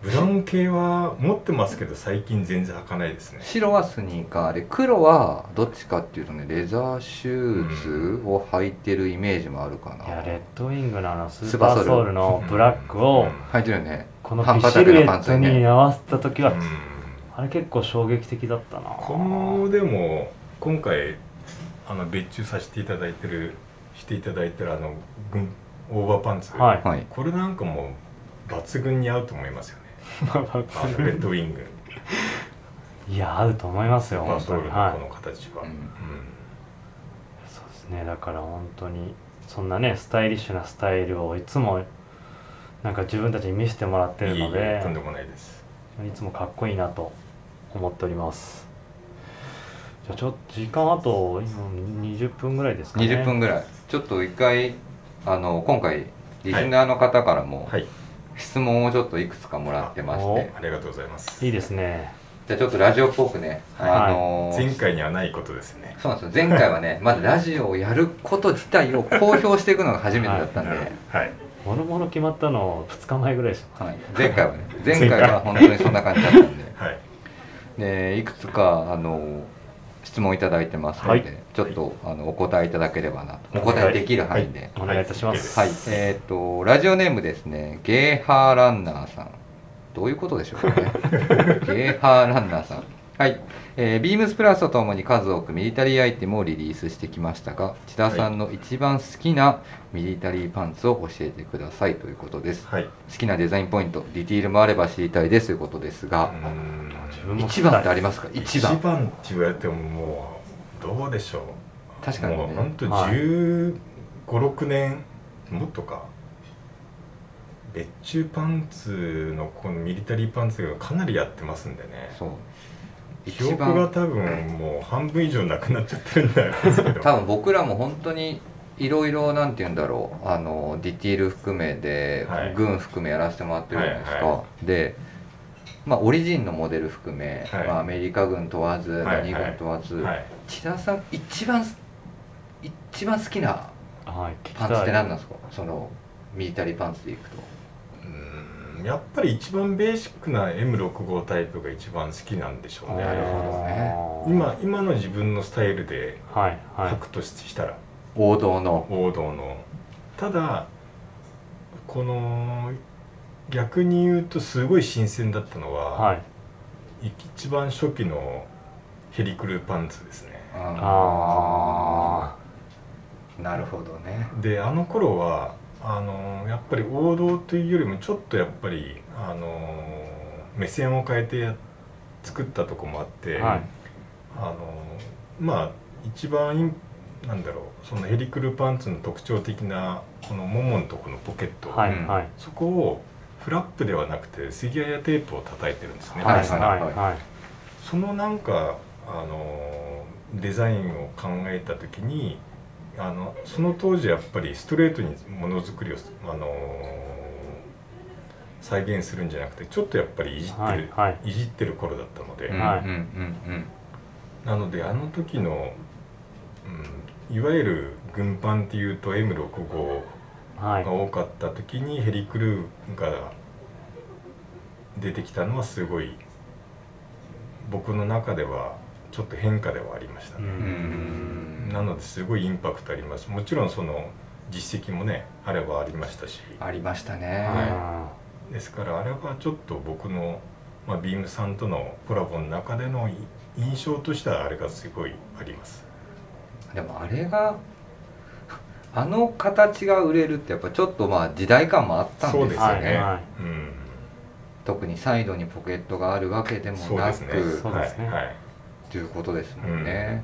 Speaker 3: ブラウン系は持ってますけど最近全然履かないですね
Speaker 1: 白はスニーカーで黒はどっちかっていうとねレザーシューズを履いてるイメージもあるか
Speaker 2: いや
Speaker 1: な
Speaker 2: レッドウィングのあのス
Speaker 1: ス
Speaker 2: ー
Speaker 1: ーパ
Speaker 2: パ
Speaker 1: ーソ
Speaker 2: ー
Speaker 1: ル
Speaker 2: ソウルのブラック
Speaker 3: う
Speaker 2: を
Speaker 3: ん
Speaker 1: 履いてるよね
Speaker 2: この
Speaker 1: 半
Speaker 2: ビ
Speaker 1: 端
Speaker 2: シ
Speaker 1: なく
Speaker 2: ルエ
Speaker 1: のパン
Speaker 2: ッ
Speaker 1: ツだ
Speaker 2: ト
Speaker 1: ね
Speaker 2: に合わせた時は、
Speaker 3: うん
Speaker 2: あれ結構衝撃的だったな
Speaker 3: このでも今回あの別注させていただいてるしていただいてるあの軍オーバーパンツ、
Speaker 2: はい、
Speaker 1: はい
Speaker 3: これなんかもう抜群に合うと思 いますよね
Speaker 2: まあ
Speaker 3: あのレッドウ ィング
Speaker 2: いや合うと思いますよ
Speaker 3: パ
Speaker 2: 本
Speaker 3: ンソ
Speaker 2: 当
Speaker 3: ー
Speaker 2: に
Speaker 3: ル
Speaker 2: は
Speaker 3: のこ
Speaker 2: い
Speaker 3: の形は、
Speaker 1: うん
Speaker 2: そうですねだから本当にそんなねスタイリッシュなスタイルをいつもなんか自分たちに見せてもらって
Speaker 3: うん
Speaker 2: る
Speaker 3: いい
Speaker 2: の
Speaker 3: え
Speaker 2: で
Speaker 3: とんでもないです
Speaker 2: いつもかっこいいなと思っておりますじゃあちょっと時間あと今20分ぐらいですかね
Speaker 1: 20分ぐらいちょっと一回あの今回リスナーの方からも
Speaker 3: はい
Speaker 1: 質問をちょっといくつかもらってまして、
Speaker 2: お
Speaker 3: ありがとうございます
Speaker 2: いいですね
Speaker 1: じゃあちょっとラジオっぽくね、
Speaker 2: はい
Speaker 1: あのー
Speaker 3: 前回にはないことですね
Speaker 1: そうなんですよ前回はねまずラジオをやること自体を公表していくのが初めてだったんで、
Speaker 3: な
Speaker 1: は
Speaker 3: る
Speaker 1: い
Speaker 3: ほどはい
Speaker 2: もろもろ決まったの2日前ぐらいでし
Speaker 1: 前回はね前
Speaker 3: 前
Speaker 1: 回
Speaker 3: 回
Speaker 1: は本当にそんな感じだったんで
Speaker 3: はい
Speaker 1: でいくつかあのー質問いただいてますので、
Speaker 2: はい
Speaker 1: ちょっとあのお答えいただければなとお
Speaker 2: はい
Speaker 1: 答えできる範囲で、
Speaker 2: お願いいたします
Speaker 1: はい、えっ、と、ラジオネームですね、ゲーハーランナーさん。どういうことでしょう かね。ゲーハーランナーさん。はい、えービームスプラスとともに数多くミリタリーアイテムをリリースしてきましたが、千田さんの一番好きなミリタリーパンツを教えてくださいということです。
Speaker 3: はいはい
Speaker 1: 好きなデザインポイント、ディティールもあれば知りたいですということですが、
Speaker 3: うん
Speaker 2: 自分も
Speaker 1: 一番ってあ
Speaker 2: り
Speaker 1: りますか一
Speaker 3: 一
Speaker 1: 番
Speaker 3: 番って言われてももうどうでしょう
Speaker 1: 確かにね
Speaker 3: もうほんと
Speaker 2: はい
Speaker 3: 1 5六6年もっとか別注パンツのこのミリタリーパンツがかなりやってますんでね
Speaker 1: そう。
Speaker 3: 記憶が多分もう半分以上なくなっちゃってるんじゃないですけど
Speaker 1: 多分僕らも本当にいろいろなんて言うんだろうあのディティール含めで、
Speaker 3: はい
Speaker 1: 軍含めやらせてもらってるじゃないですか、
Speaker 3: はいは
Speaker 1: で、まあ、オリジンのモデル含め、
Speaker 3: はい
Speaker 1: まあ、アメリカ軍問わず、
Speaker 3: はいはい
Speaker 1: 何軍問わず、
Speaker 3: はい
Speaker 1: 千田さん一番一番好きな
Speaker 2: はい聞き
Speaker 1: パ
Speaker 2: た
Speaker 1: ン
Speaker 2: い
Speaker 1: ツって何なんですかそのミリタリーパンツでいくと
Speaker 3: うんやっぱり一番ベーシックな M65 タイプが一番好きなんでしょう
Speaker 1: なる
Speaker 3: ね
Speaker 1: ほどね
Speaker 2: あー
Speaker 3: 今今の自分のスタイルで
Speaker 2: はいは
Speaker 3: 履
Speaker 2: い
Speaker 3: くとしたら、
Speaker 1: 王道の
Speaker 3: 王道のただこの逆に言うとすごい新鮮だったのは、
Speaker 2: はい
Speaker 3: 一番初期のヘリクルパンツですね
Speaker 2: あ
Speaker 1: なるほどね
Speaker 3: であの頃はあのやっぱり王道というよりもちょっとやっぱりあの目線を変えてや作ったとこもあって、
Speaker 2: あはい
Speaker 3: あのまあ一番インなんだろうそのヘリクルパンツの特徴的なこのもものとこのポケット、
Speaker 2: は
Speaker 1: う
Speaker 2: い
Speaker 1: ん
Speaker 2: はい
Speaker 3: そこをフラップではなくてセギアやテープを叩いてるんですね、
Speaker 1: はい
Speaker 3: ベースの
Speaker 2: はいはい
Speaker 3: そのなんかあのデザインを考えた時にあのその当時やっぱりストレートにものづくりをあの再現するんじゃなくてちょっとやっぱりいじってる、
Speaker 2: はいはい
Speaker 3: いじってる頃だったので、
Speaker 1: うんうん
Speaker 2: はい
Speaker 1: うん
Speaker 3: なのであの時の、うん、いわゆる軍パンっていうと M65
Speaker 2: はい
Speaker 3: が多かった時にヘリクルーが出てきたのはすごい僕の中ではちょっと変化ではありました
Speaker 2: う
Speaker 3: ね、
Speaker 1: うん
Speaker 2: ん
Speaker 3: なのですごいインパクトありますもちろんその実績もねあればありましたし
Speaker 1: ありましたね
Speaker 2: あ
Speaker 3: ですからあれはちょっと僕の、まあ、ビームさんとのコラボの中でのい印象としてはあれがすごいあります
Speaker 1: でもあれが あの形が売れるってやっぱちょっとまあ時代感もあったんですよ
Speaker 3: そう
Speaker 1: ね、
Speaker 3: です
Speaker 2: ー
Speaker 3: よ
Speaker 2: はいは
Speaker 3: うん
Speaker 1: 特にサイドにポケットがあるわけでも
Speaker 3: そう
Speaker 1: な
Speaker 3: で
Speaker 1: く
Speaker 3: すね
Speaker 2: そう
Speaker 3: は
Speaker 2: で
Speaker 3: い
Speaker 2: すね
Speaker 3: はい
Speaker 1: ということですもんね、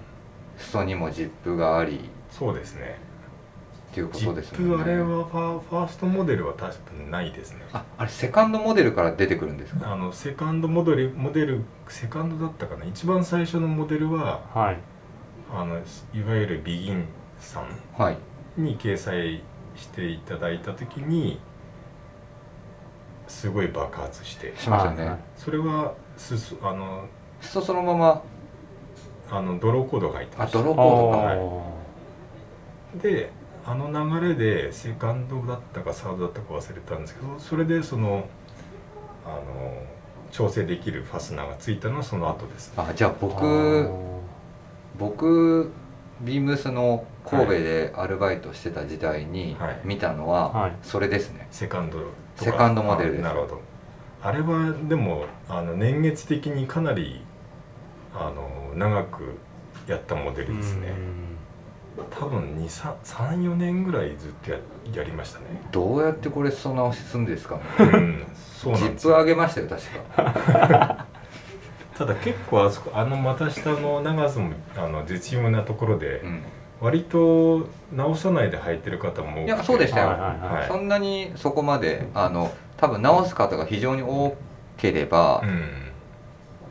Speaker 1: 裾にもジップがあり
Speaker 3: そうですね
Speaker 1: っていうこ
Speaker 3: ジ
Speaker 1: と
Speaker 3: ッ
Speaker 1: です
Speaker 3: プ
Speaker 1: もんね
Speaker 3: あれはファーファーストモデルは確かにないですね
Speaker 1: ああれセカンドモデルから出てくるんですか
Speaker 3: あのセカンドモデルモデルセカンドだったかな一番最初のモデルはい
Speaker 2: はい
Speaker 3: あのいわゆるビギンさん
Speaker 1: はい
Speaker 3: に掲載していただいた時にすごい爆発して
Speaker 1: しましたよね、
Speaker 2: はいはい
Speaker 3: それはすすあの
Speaker 1: 裾そのまま
Speaker 3: あのドローコードが入って
Speaker 1: あ
Speaker 3: ました
Speaker 1: ドローコードか
Speaker 3: はい
Speaker 2: お
Speaker 3: であの流れでセカンドだったかサードだったか忘れたんですけどそれでそのあの調整できるファスナーがついたのはその後ですね
Speaker 1: あじゃあ
Speaker 2: ー
Speaker 1: 僕
Speaker 2: お
Speaker 1: 僕ビームスの神戸でアルバイトしてた時代に
Speaker 3: はい
Speaker 1: 見たの
Speaker 2: は
Speaker 1: はいそれですね、
Speaker 3: セカンドとか
Speaker 1: セカンドモデルです
Speaker 3: あなるほどあれはでもあの年月的にかなりあの長くやったモデ
Speaker 2: ー
Speaker 3: ルですね
Speaker 2: うん
Speaker 3: 多分34年ぐらいずっとややりまし たね
Speaker 1: どうやってこれ裾直しするんですか
Speaker 3: うんそう
Speaker 1: ジ
Speaker 3: なん
Speaker 1: ッ
Speaker 3: です
Speaker 1: プ
Speaker 3: よ
Speaker 1: 上げましたよ確か
Speaker 3: ただ結構あそこあの股下の長さもあの絶妙なところで、
Speaker 1: うん
Speaker 3: 割と直さないで履いてる方も多くて
Speaker 1: いやそうでしたよ
Speaker 2: はいはい
Speaker 3: はい
Speaker 1: そんなにそこまであの多分直す方が非常に多ければ、
Speaker 3: うん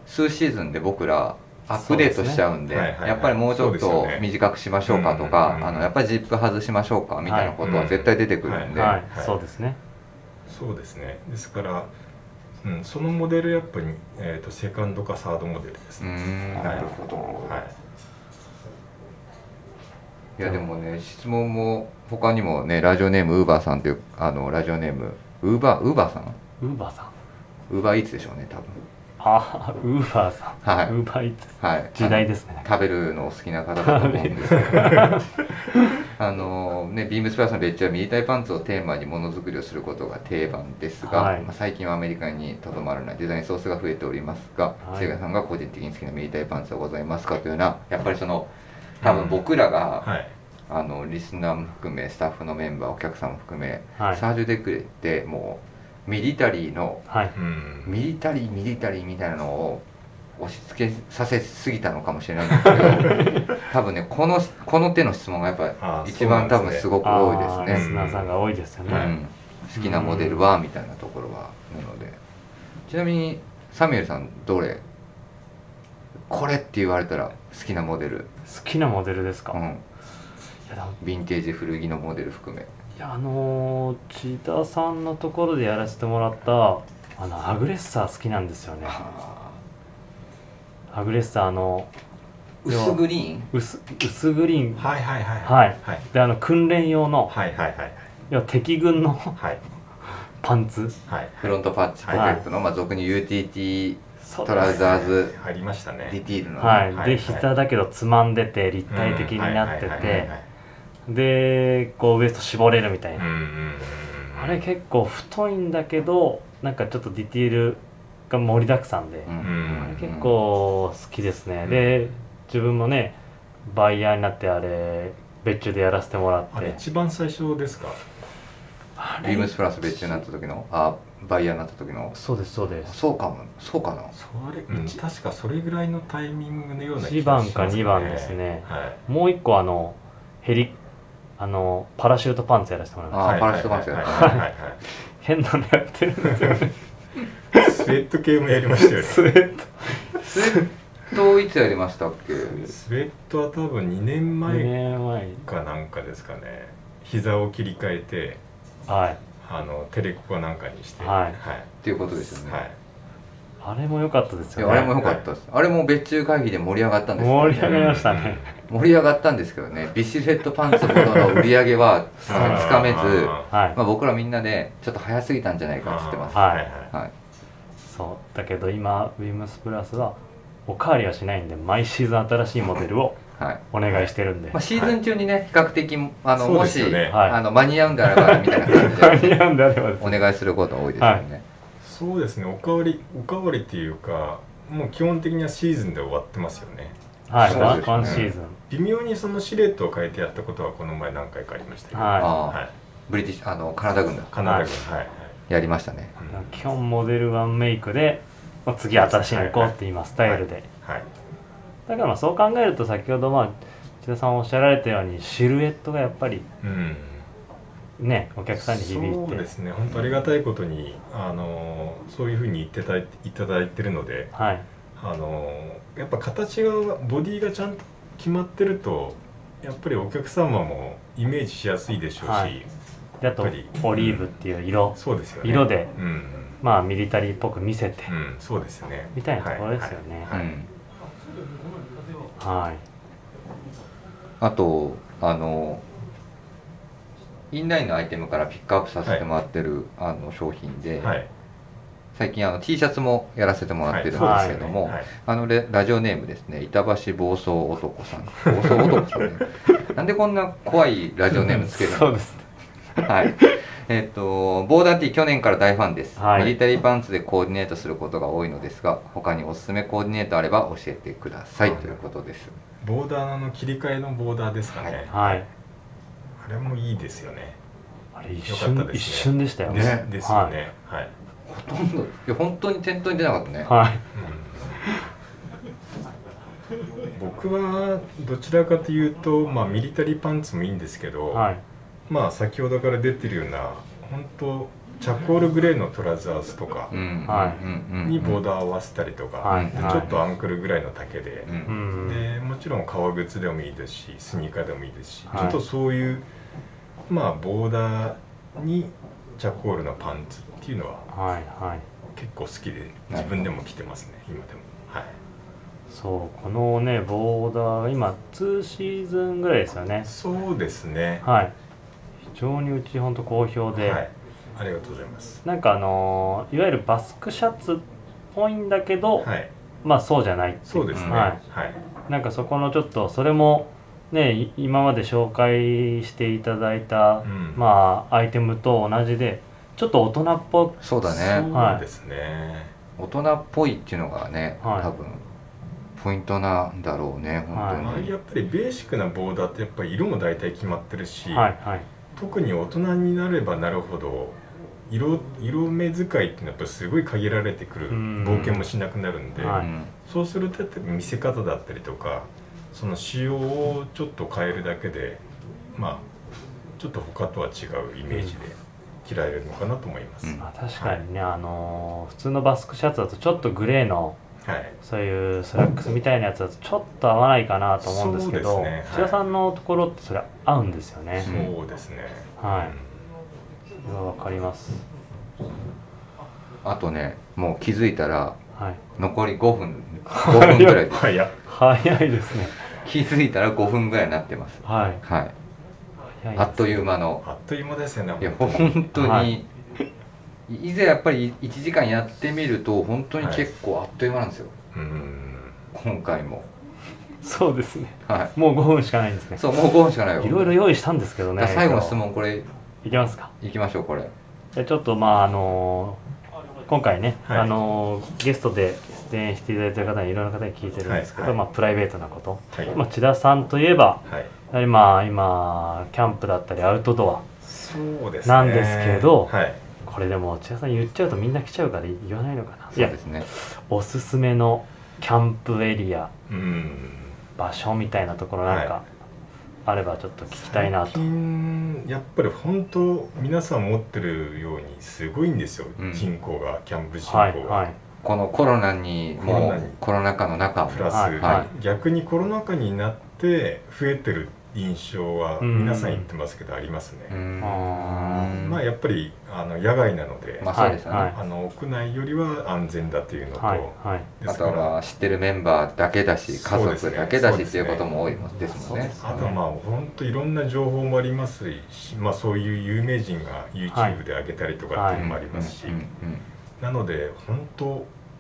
Speaker 1: 数シーズンで僕らアップデートしちゃうんで
Speaker 3: そうですねはいはいはい
Speaker 1: やっぱりもうちょっ
Speaker 3: そ
Speaker 1: と
Speaker 3: うですよね
Speaker 1: 短くしましょうかと
Speaker 3: うん
Speaker 1: か、
Speaker 3: うんうん
Speaker 1: あのやっぱりジップ外しましょうかみたいなこと
Speaker 3: は
Speaker 1: はい絶対出てくるんで、
Speaker 3: は
Speaker 2: はいそうですね
Speaker 3: そうですねですから、うん、そのモデルやっぱに、えー、とセカンドかサードモデルです
Speaker 1: うー
Speaker 3: ね、
Speaker 1: ん
Speaker 3: はい
Speaker 1: なるほど、
Speaker 3: はい
Speaker 1: いやでもね質問も他にもねラジオネームウーバーさんというあのラジオネームウーバーウーバーさん
Speaker 2: ウーバーさん
Speaker 1: ウーバーイーツでしょうね多分
Speaker 2: あウーバーさん
Speaker 1: はい
Speaker 2: ウーバーイーツ
Speaker 1: はい
Speaker 2: 時代ですね
Speaker 1: 食べるのお好きな方だと思うんですけど あのねビームスプラスの別注はミリタリーパンツをテーマにものづくりをすることが定番ですが、
Speaker 2: はい
Speaker 1: まあ最近はアメリカにとどまらないデザインソースが増えておりますが
Speaker 2: はい
Speaker 1: 瀬川、さんが個人的に好きなミリタリーパンツはございますかというようなやっぱりその多分僕らが、
Speaker 3: はい
Speaker 1: あのリスナーも含めスタッフのメンバーお客さんも含め、
Speaker 2: はい
Speaker 1: サージュ・デクレってもうミリタリーの
Speaker 2: はい
Speaker 3: うん、
Speaker 1: ミリタリーミリタリーみたいなのを押し付けさせすぎたのかもしれないんですけど多分ねこのこの手の質問がやっぱ
Speaker 3: あー
Speaker 1: り一番
Speaker 3: そ
Speaker 1: 多
Speaker 3: うなん
Speaker 1: 分
Speaker 3: です
Speaker 1: す
Speaker 3: ね
Speaker 1: ごく多いです
Speaker 2: あー
Speaker 1: ね
Speaker 2: リスナーさんが多いですよ
Speaker 1: う
Speaker 2: ね、
Speaker 3: はい
Speaker 1: ん、好きなモデルはみたいなところはなのでちなみにサミュエルさんどれこれって言われたら好きなモデル、
Speaker 2: 好きなモデルですか、
Speaker 1: う
Speaker 2: い
Speaker 1: ん、
Speaker 2: やでも
Speaker 1: ヴィンテージ古着のモデル含め
Speaker 2: いやあのー千田さんのところでやらせてもらったあのアグレッサー好きなんですよねアグレッサーのでは
Speaker 1: 薄グリーン
Speaker 2: 薄薄グリーン
Speaker 3: はいはいはい
Speaker 2: はい
Speaker 3: はい
Speaker 2: であの訓練用の
Speaker 3: はいはいはい
Speaker 2: 要は敵軍の
Speaker 3: はい
Speaker 2: パンツ
Speaker 3: はい
Speaker 1: フロントパッチポケットの、まあ、俗に UTT
Speaker 2: そう
Speaker 1: トラウザーズ
Speaker 3: ありましたね
Speaker 1: ディティールの、
Speaker 2: はい、
Speaker 3: はいは
Speaker 2: で
Speaker 3: い
Speaker 2: 膝だけどつまんでて立体的になって
Speaker 3: うんはいはいはい
Speaker 2: て
Speaker 3: はい
Speaker 2: でこうウエスト絞れるみたい
Speaker 3: うん
Speaker 2: な、
Speaker 3: うん
Speaker 2: あれ結構太いんだけどなんかちょっとディティールが盛りだくさんで、
Speaker 1: うん
Speaker 3: うん
Speaker 2: あれ結構好きですね、で自分もねバイヤーになってあれ別注でやらせてもらって
Speaker 3: あれ一番最初ですか
Speaker 1: ビームスプラス別注になった時のあバイヤーになった時の
Speaker 2: そうですそうです
Speaker 1: そうかもそうかな
Speaker 3: それ、
Speaker 1: うん
Speaker 3: 確かそれぐらいのタイミングのような
Speaker 2: 一番か二番ですね
Speaker 3: はい
Speaker 2: もう一個あのヘリあのパラシュートパンツやらせてもらい
Speaker 1: あ
Speaker 2: まし
Speaker 3: はい
Speaker 1: パラシュートパンツ
Speaker 3: はい
Speaker 1: やる
Speaker 3: はいはいはいは
Speaker 2: た変なのやってるんですよね
Speaker 3: いスウェット系もやり ましたよね
Speaker 2: スウェット
Speaker 1: スウェットいつやりましたっけ
Speaker 3: スウェットは多分2年
Speaker 2: 2
Speaker 3: 前
Speaker 2: 年前に
Speaker 3: かなんかですかね膝を切り替えて
Speaker 2: はい
Speaker 3: あのテレコかなんかにして
Speaker 2: はい
Speaker 1: っ
Speaker 3: い
Speaker 1: ていうことですよね、
Speaker 3: はい
Speaker 2: あれも良かったです
Speaker 1: い
Speaker 2: よ
Speaker 1: やあ
Speaker 2: ね
Speaker 1: れも良かったです、あれも別注会議で盛り上がったんですけど
Speaker 2: 盛り上がりましたね
Speaker 1: 盛り上がったんですけどねビシレットパンツほどの売り上げはつ
Speaker 3: うんうん
Speaker 1: かつかめず、
Speaker 2: は
Speaker 1: ま
Speaker 2: い
Speaker 1: あ、僕らみんなでちょっと早すぎたんじゃないかっつってます、
Speaker 2: あはい
Speaker 1: はい、
Speaker 2: そうだけど今ビームスプラスはおかわりはしないんで毎シーズン新しいモデ ルを
Speaker 1: はい
Speaker 2: お願いしてるんで
Speaker 1: まあ、シーズン中にね、比較的あの、
Speaker 3: そう
Speaker 1: も
Speaker 3: で
Speaker 1: し
Speaker 3: す、よね
Speaker 2: はい
Speaker 1: あの間に合うんであればみたいな
Speaker 2: 間
Speaker 1: 感じ
Speaker 2: に
Speaker 1: で
Speaker 2: 合うんであればです
Speaker 1: お願いすることが多いですよね、
Speaker 3: そうですねおかわりおかわりっていうかもう基本的にはシーズンで終わってますよね
Speaker 2: はい
Speaker 1: そう
Speaker 2: ワ
Speaker 1: で
Speaker 2: ン
Speaker 1: すね
Speaker 2: ワンシーズン
Speaker 3: 微妙にそのシルエットを変えてやったことはこの前何回かありましたけど
Speaker 2: はい
Speaker 1: ああ
Speaker 3: はい
Speaker 1: ブリティッシュあのカナダ軍だ
Speaker 3: カナダ軍はいはい
Speaker 1: やりましたね
Speaker 3: うん
Speaker 2: 基本モデルワンメイクでまあ次新しいの行こうって今スタイルで
Speaker 3: はい
Speaker 2: だからまあそう考えると先ほどまあ千田さんおっしゃられたようにシルエットがやっぱり
Speaker 3: うん
Speaker 2: ねお客さんに響いて
Speaker 3: そうですね本当ありがたいことにあのそういうふうに言ってたいいただいてるので
Speaker 2: はい
Speaker 3: あのやっぱ形がボディがちゃんと決まってるとやっぱりお客様もイメージしやすいでしょうし、
Speaker 2: はいであと
Speaker 3: やっぱり
Speaker 2: オリーブっていう色
Speaker 3: そうですよね
Speaker 2: 色で
Speaker 3: うん
Speaker 2: まあミリタリーっぽく見せて
Speaker 3: うん、うんそうですね
Speaker 2: みたいなところですよね
Speaker 3: はいはい
Speaker 1: うん
Speaker 2: はい
Speaker 1: あとあのインラインのアイテムからピックアップさせてもらってる、あの商品で、
Speaker 3: はい、はい
Speaker 1: 最近あの T シャツもやらせてもらってるんですけども、
Speaker 3: はい
Speaker 1: あのレラジオネームですね板橋暴走男さん暴走男さん、 ね、なんでこんな怖いラジオネームつけるの
Speaker 2: そうですね
Speaker 1: はい。えっと、ボーダーティー去年から大ファンです、
Speaker 2: はい
Speaker 1: ミリタリーパンツでコーディネートすることが多いのですが、他におすすめコーディネートあれば教えてください、
Speaker 3: はい
Speaker 1: ということです。
Speaker 3: ボーダーの切り替えのボーダーですかね、
Speaker 1: はい
Speaker 2: はい
Speaker 3: あれもいいですよね
Speaker 2: あれ一
Speaker 3: よかっ
Speaker 2: 瞬
Speaker 3: たですね
Speaker 2: 一瞬でしたよ
Speaker 3: です
Speaker 2: ね
Speaker 3: ですよねはい、
Speaker 1: ほとんど、いや、本当に店頭に出なかったね。
Speaker 2: はい
Speaker 3: うん僕はどちらかというと、まあ、ミリタリーパンツもいいんですけど、
Speaker 2: はい
Speaker 3: まあ先ほどから出てるような本当チャコールグレーのトラウザースとか
Speaker 1: うん、
Speaker 2: はい
Speaker 1: うん、うん、
Speaker 3: にボー
Speaker 1: ー。
Speaker 3: ダーを合わせたりとか、
Speaker 2: はい
Speaker 3: で
Speaker 2: はい
Speaker 3: ちょっとアンクルぐらいの丈で
Speaker 1: う、、
Speaker 2: うんん
Speaker 3: でもちろん革靴でもいいですしスニーカーでもいいですし、
Speaker 2: はい
Speaker 3: ちょっとそういうまあボーダーにチャコールのパンツっていうのは
Speaker 2: はいはい
Speaker 3: 結構好きで自分でも着てますね今でもはい
Speaker 2: そうこのねボーダー今2シーズンぐらいですよね
Speaker 3: そうですね
Speaker 2: はい非常にうちほんと好評で、
Speaker 3: はい、ありがとうございます
Speaker 2: なんかあのーいわゆるバスクシャツっぽいんだけど、
Speaker 3: はい
Speaker 2: まあそうじゃないってい
Speaker 3: そうですね、
Speaker 2: は
Speaker 3: はい
Speaker 2: い、なんかそこのちょっとそれもねい今まで紹介していただいた、
Speaker 3: うん
Speaker 2: まあアイテムと同じでちょっと大人っぽく
Speaker 1: そうだね。
Speaker 2: はい
Speaker 3: そうですね、
Speaker 1: 大人っぽいっていうのがね、
Speaker 2: はい
Speaker 1: 多分。ポイントなんだろうね、本
Speaker 3: ま
Speaker 1: 当
Speaker 3: あ
Speaker 1: に。
Speaker 3: やっぱりベーシックなボーダーってやっぱり色も大体決まってるし、
Speaker 2: はいはい
Speaker 3: 特に大人になればなるほど色色目使いっていうのはやっぱりすごい限られてくる
Speaker 2: うん
Speaker 3: 冒険もしなくなるんで、
Speaker 2: はい
Speaker 1: うん
Speaker 3: そうするとやっぱり見せ方だったりとかその仕様をちょっと変えるだけでまあちょっと他とは違うイメージで着られるのかなと思います、
Speaker 1: うん
Speaker 2: まあ、確かにね、あのー普通のバスクシャツだとちょっとグレーの
Speaker 3: はい
Speaker 2: そういうスラックスみたいなやつだとちょっと合わないかなと思うんですけ
Speaker 3: そ
Speaker 2: ど
Speaker 3: うですねはい
Speaker 2: 千田さんのところってそれ合うんですよね、
Speaker 1: ん
Speaker 3: そうですね、
Speaker 2: はい
Speaker 3: うん。
Speaker 2: それはわかります
Speaker 1: あとね、もう気づいたら、
Speaker 2: はい
Speaker 1: 残り5分、5分 ぐらいで
Speaker 3: はい、いや
Speaker 2: 早いですね
Speaker 1: 気づいたら5分ぐらいになってます。
Speaker 2: はい
Speaker 1: はい。
Speaker 2: 早い
Speaker 1: あっと
Speaker 2: う
Speaker 1: いう間の。
Speaker 3: あっという間ですよね
Speaker 1: いや
Speaker 3: 本当に
Speaker 1: 本当に、、
Speaker 2: はい
Speaker 1: ざやっぱり1時間やってみると本当に結構あっという間なんですよ、
Speaker 3: うん
Speaker 1: 今回も
Speaker 2: そうですね
Speaker 1: は
Speaker 2: もう5分しかないんですね
Speaker 1: い。そう、もう5分しかないよ。
Speaker 2: いろいろ用意したんですけど
Speaker 1: じ
Speaker 2: ね
Speaker 1: ゃあ最後の質
Speaker 2: 今
Speaker 1: 問、これ、
Speaker 2: 日いきますか
Speaker 1: いきましょう、これ。
Speaker 2: じゃあちょっとまああの今回ね、
Speaker 3: はい
Speaker 2: あのゲストで出演していただいてる方にいろんな方に聞いてるんですけど、
Speaker 3: はい
Speaker 2: まあ、プライベートなこと、
Speaker 3: はい
Speaker 2: まあ、千田さんといえば
Speaker 3: はい
Speaker 2: やはりまあ今キャンプだったりアウトド
Speaker 3: そうですね
Speaker 2: なんですけど
Speaker 3: はい
Speaker 2: アこれでも千田さん言っちゃうとみんな来ちゃうから言わないのかな
Speaker 1: そう
Speaker 2: いや
Speaker 1: ですね。
Speaker 2: おすすめのキャンプエリア
Speaker 3: うん
Speaker 2: 場所みたいなところなん
Speaker 3: は
Speaker 2: か
Speaker 3: い
Speaker 2: あればちょっと聞きたいなと、
Speaker 3: 最近やっぱり本当皆さん持ってるようにすごいんですよ、
Speaker 1: うん
Speaker 3: 人口がキャンプ人口が、
Speaker 2: はいはい
Speaker 1: このコロナに、
Speaker 3: コロ
Speaker 1: も
Speaker 3: ナに
Speaker 1: うコロナ禍の中も
Speaker 3: プラス、
Speaker 2: はい
Speaker 1: は
Speaker 3: 逆にコロナ禍になって増えてる印象は
Speaker 2: うん
Speaker 3: 皆さん言ってますけどありますね、
Speaker 1: うーん
Speaker 2: あー
Speaker 3: まあやっぱりあの野外なので、
Speaker 1: まあそうですよね。
Speaker 2: はいはい
Speaker 3: あの屋内よりは安全だというのと、
Speaker 2: はいはい
Speaker 3: で
Speaker 1: あ
Speaker 3: す
Speaker 1: と
Speaker 3: か
Speaker 1: は
Speaker 3: ら
Speaker 1: まあ知ってるメンバーだけだし、家
Speaker 3: そうです
Speaker 1: 族
Speaker 3: ね
Speaker 1: だけだ
Speaker 3: そ
Speaker 1: し
Speaker 3: うで
Speaker 1: っ
Speaker 3: す
Speaker 1: てい
Speaker 3: ね
Speaker 1: うことも多いもんですもんね。
Speaker 2: そう
Speaker 3: あとまあ本当いろんな情報もありますし、まあ、そういう有名人が YouTube で上げたりとかっていうのもありますし、
Speaker 1: うんうんうん
Speaker 3: なので本当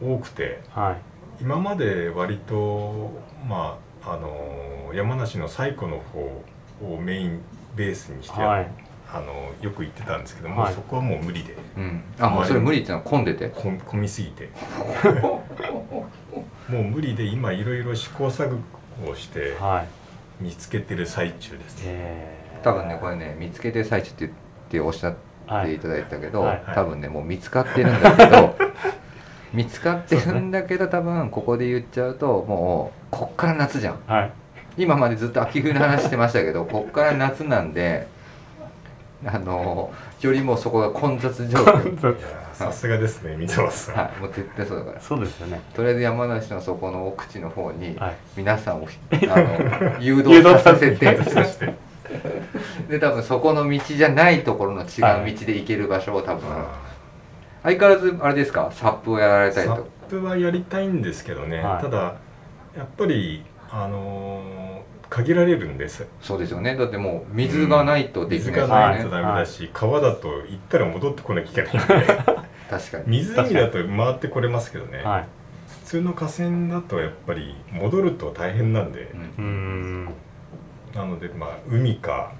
Speaker 3: 多くて
Speaker 2: はい
Speaker 3: 今まで割とまああの山梨の西湖の方をメインベースにしてやっ、
Speaker 2: はい
Speaker 3: あのよく行ってたんですけども、
Speaker 2: はい
Speaker 3: そこはもう無理で
Speaker 1: うんうんあ、もうそれ無理ってのは混んでて。
Speaker 3: こん 混みすぎ てもう無理で今いろいろ試行錯誤をして
Speaker 2: はい
Speaker 3: 見つけてる最中ですね。
Speaker 2: えー
Speaker 1: 多分ね、これね、見つけてる最中って言っておっしゃっていただいたけど、
Speaker 2: はいはい
Speaker 3: はい
Speaker 1: 多分ね、もう見つかってるんだけど、 見つかってるんだけど、多分ここで言っちゃうと、もう、こっから夏じゃん。
Speaker 2: はい
Speaker 1: 今までずっと秋冬の話してましたけどこっから夏なんであのよりもそこが混雑状 況、
Speaker 3: いやーさすがですね、三沢さん。
Speaker 1: はい、もう絶対そうだから
Speaker 2: そうですよね
Speaker 1: とりあえず山梨のそこの奥地の方に
Speaker 2: はい
Speaker 1: 皆さんをひ、あの誘導させて
Speaker 2: 誘
Speaker 3: そして、
Speaker 1: で多分そこの道じゃないところの違
Speaker 2: はいう
Speaker 1: 道で行ける場所を多分、
Speaker 3: ま
Speaker 1: 相変わらずあれですかサップをやら
Speaker 3: あ
Speaker 1: れ
Speaker 3: サ
Speaker 1: たり
Speaker 3: ッ
Speaker 1: と
Speaker 3: プはやりたいんですけどね、
Speaker 2: はい
Speaker 3: ただやっぱりあのー限られるんです
Speaker 1: そうですよねだってもう水がないとでき
Speaker 3: 水
Speaker 1: ないで
Speaker 3: が
Speaker 1: す
Speaker 3: ない
Speaker 1: よ
Speaker 3: と
Speaker 1: ね、
Speaker 3: ダメだし、川だと行ったら戻ってこなきゃいけないんで
Speaker 1: 確かに
Speaker 3: 湖だと回ってこれますけどね、
Speaker 2: はい
Speaker 3: 普通の河川だとやっぱり戻ると大変なんで
Speaker 1: う、ん
Speaker 2: うーん
Speaker 3: なのでまあ海か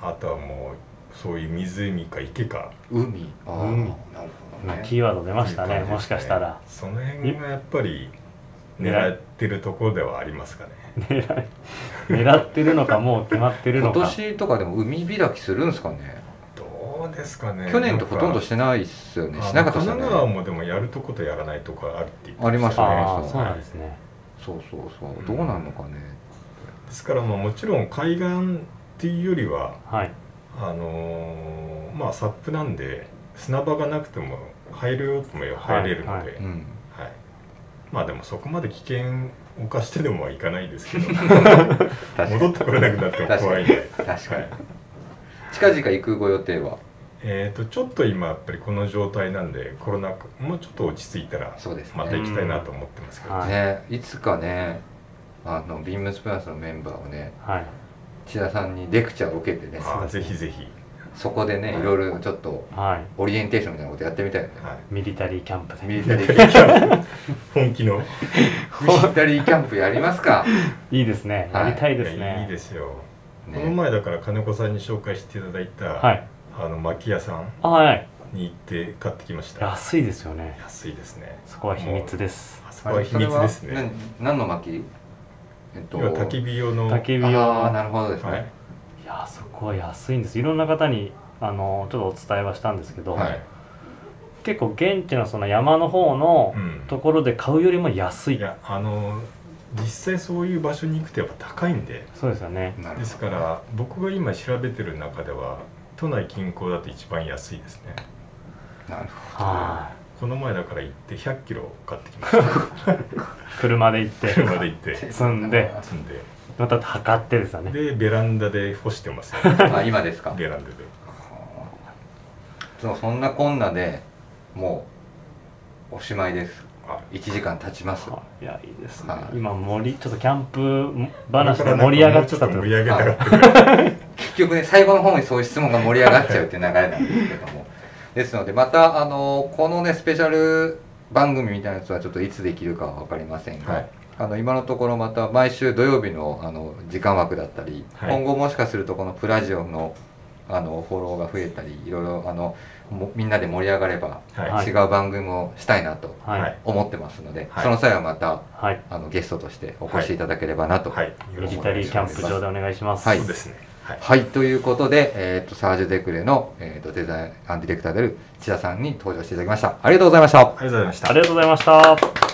Speaker 3: あとはもうそういう湖か池か
Speaker 1: 海ああ、
Speaker 2: 海
Speaker 1: なるほど
Speaker 2: まあ
Speaker 1: ね
Speaker 2: キーワード出ましたね
Speaker 3: という感じです
Speaker 2: もしかしたら
Speaker 3: その辺がやっぱり狙ってるところではありますかね
Speaker 2: 狙い狙ってるのかもう決まってるの
Speaker 1: 今
Speaker 2: か
Speaker 1: 年とかでも海開きするんですかね
Speaker 3: どうですかね
Speaker 1: 去年とほとんど
Speaker 3: し
Speaker 1: してないっすよね
Speaker 3: あ
Speaker 1: し
Speaker 3: の
Speaker 1: なか
Speaker 3: 神
Speaker 1: ったっすよ
Speaker 3: 奈
Speaker 1: ね
Speaker 3: 川もでもやるとことやらないとこあるって言って
Speaker 1: ありますね
Speaker 2: ああ
Speaker 1: そう
Speaker 2: そうなんですね
Speaker 1: そうそうそう、
Speaker 3: うん
Speaker 1: どうなんのかね
Speaker 3: ですからまあもちろん海岸っていうよりは
Speaker 2: はい
Speaker 3: あのーまあサップなんで砂場がなくても入るよとも入れるので、はい
Speaker 1: うん
Speaker 3: まあでもそこまで危険を冒してでもはいかないです けど
Speaker 1: 確か
Speaker 3: 戻っ
Speaker 1: に
Speaker 3: てこれなくなっても怖いんで、
Speaker 1: 確か
Speaker 3: は
Speaker 1: に
Speaker 3: い、
Speaker 1: 近々行くご予定は
Speaker 3: えー、とちょっと今やっぱりこの状態なんでコロナ禍もうちょっと落ち着いたら
Speaker 1: そうですね、
Speaker 3: また行きたいなと思ってますけど、
Speaker 2: うんはい
Speaker 1: ねいつかねあのビームスプラスのメンバーをね
Speaker 2: はい
Speaker 1: 千田さんにレクチャーを受けてね
Speaker 3: あーぜひぜひ、
Speaker 1: そこでねいろいろちょっと
Speaker 2: はい
Speaker 1: オリエンテーションみたいなことやってみたいよ ね
Speaker 3: はい、
Speaker 2: ミリタリーキャンプ
Speaker 1: ミ
Speaker 2: で
Speaker 1: リタリーキャンプ
Speaker 3: 本気の
Speaker 1: ミリタリーキャンプやります か
Speaker 2: いいですね
Speaker 1: はい
Speaker 2: やりたいです
Speaker 3: いやいい
Speaker 2: ね
Speaker 3: ですよ、
Speaker 1: ね
Speaker 3: この前だから金子さんに紹介していただいた、
Speaker 2: はい
Speaker 3: あの薪屋さん
Speaker 2: あはい
Speaker 3: に行って買ってきました
Speaker 2: 安いですよね
Speaker 3: 安いですね
Speaker 2: そこは秘密です
Speaker 3: あ
Speaker 1: あ
Speaker 3: そこは
Speaker 1: れ
Speaker 3: 秘密です
Speaker 1: それは
Speaker 3: ね
Speaker 1: 何何の巻えっと
Speaker 3: 今焚き火用の
Speaker 2: 焚き火用
Speaker 1: ああ
Speaker 2: の
Speaker 1: なるほどですね、
Speaker 3: はい
Speaker 2: いやそこは安いんですいろんな方にあのちょっとお伝えはしたんですけど、
Speaker 1: はい
Speaker 2: 結構現地のその山の方の
Speaker 3: うん
Speaker 2: ところで買うよりも安い、
Speaker 3: いやあの実際そういう場所に行くとやっぱ高いんで
Speaker 2: そうですよね
Speaker 1: なる
Speaker 3: ですから僕が今調べてる中では都内近郊だと一番安いですね
Speaker 1: なる
Speaker 2: は
Speaker 3: この前だから行って100キロ買ってきました
Speaker 2: い車で行って
Speaker 3: 車で行って
Speaker 2: 積んで
Speaker 3: 積んで
Speaker 2: また測ってですよね
Speaker 3: でベランダで干して ますよ
Speaker 1: ほどあ今ですか
Speaker 3: ベランダで
Speaker 1: そうそんなこんなでもうおしまいです
Speaker 3: あ
Speaker 1: 1時間経ちます
Speaker 2: いやいいですね、
Speaker 1: はい
Speaker 2: 今森ちょっとキャンプ話で盛り上がってた
Speaker 3: もうちょ
Speaker 2: と
Speaker 3: っと盛り上げたかった
Speaker 1: 結局ね最後の方にそういう質問が盛り上がっちゃうっていう流れなんですけどもですのでまたあのこのねスペシャル番組みたいなやつはちょっといつできるかは分かりませんが、
Speaker 3: はい
Speaker 1: あの今のところまた毎週土曜日のあの時間枠だったり、
Speaker 3: はい
Speaker 1: 今後もしかするとこのプラジオのあのフォローが増えたりいろいろあのもみんなで盛り上がれば
Speaker 3: はい
Speaker 1: 違う番組もしたいなと
Speaker 2: はい
Speaker 3: はい
Speaker 1: 思ってますので、
Speaker 3: はい
Speaker 1: その際はまた
Speaker 2: はい
Speaker 1: あのゲストとしてお越しいただければなと。
Speaker 3: はい、
Speaker 2: ミ
Speaker 3: よろし
Speaker 2: リ
Speaker 3: くお
Speaker 2: タ
Speaker 3: 願
Speaker 2: リ
Speaker 3: い
Speaker 2: ー
Speaker 3: し
Speaker 2: キャ
Speaker 3: ま
Speaker 2: ン
Speaker 3: す
Speaker 2: プ場でお願いします
Speaker 1: はい
Speaker 3: そうですねはい
Speaker 1: はい、ということで、えー、とサージュ・デクレの、えー、とデザインディレクターである千田さんに登場していただきましたありがとうございました
Speaker 3: ありがとうございました
Speaker 2: ありがとうございました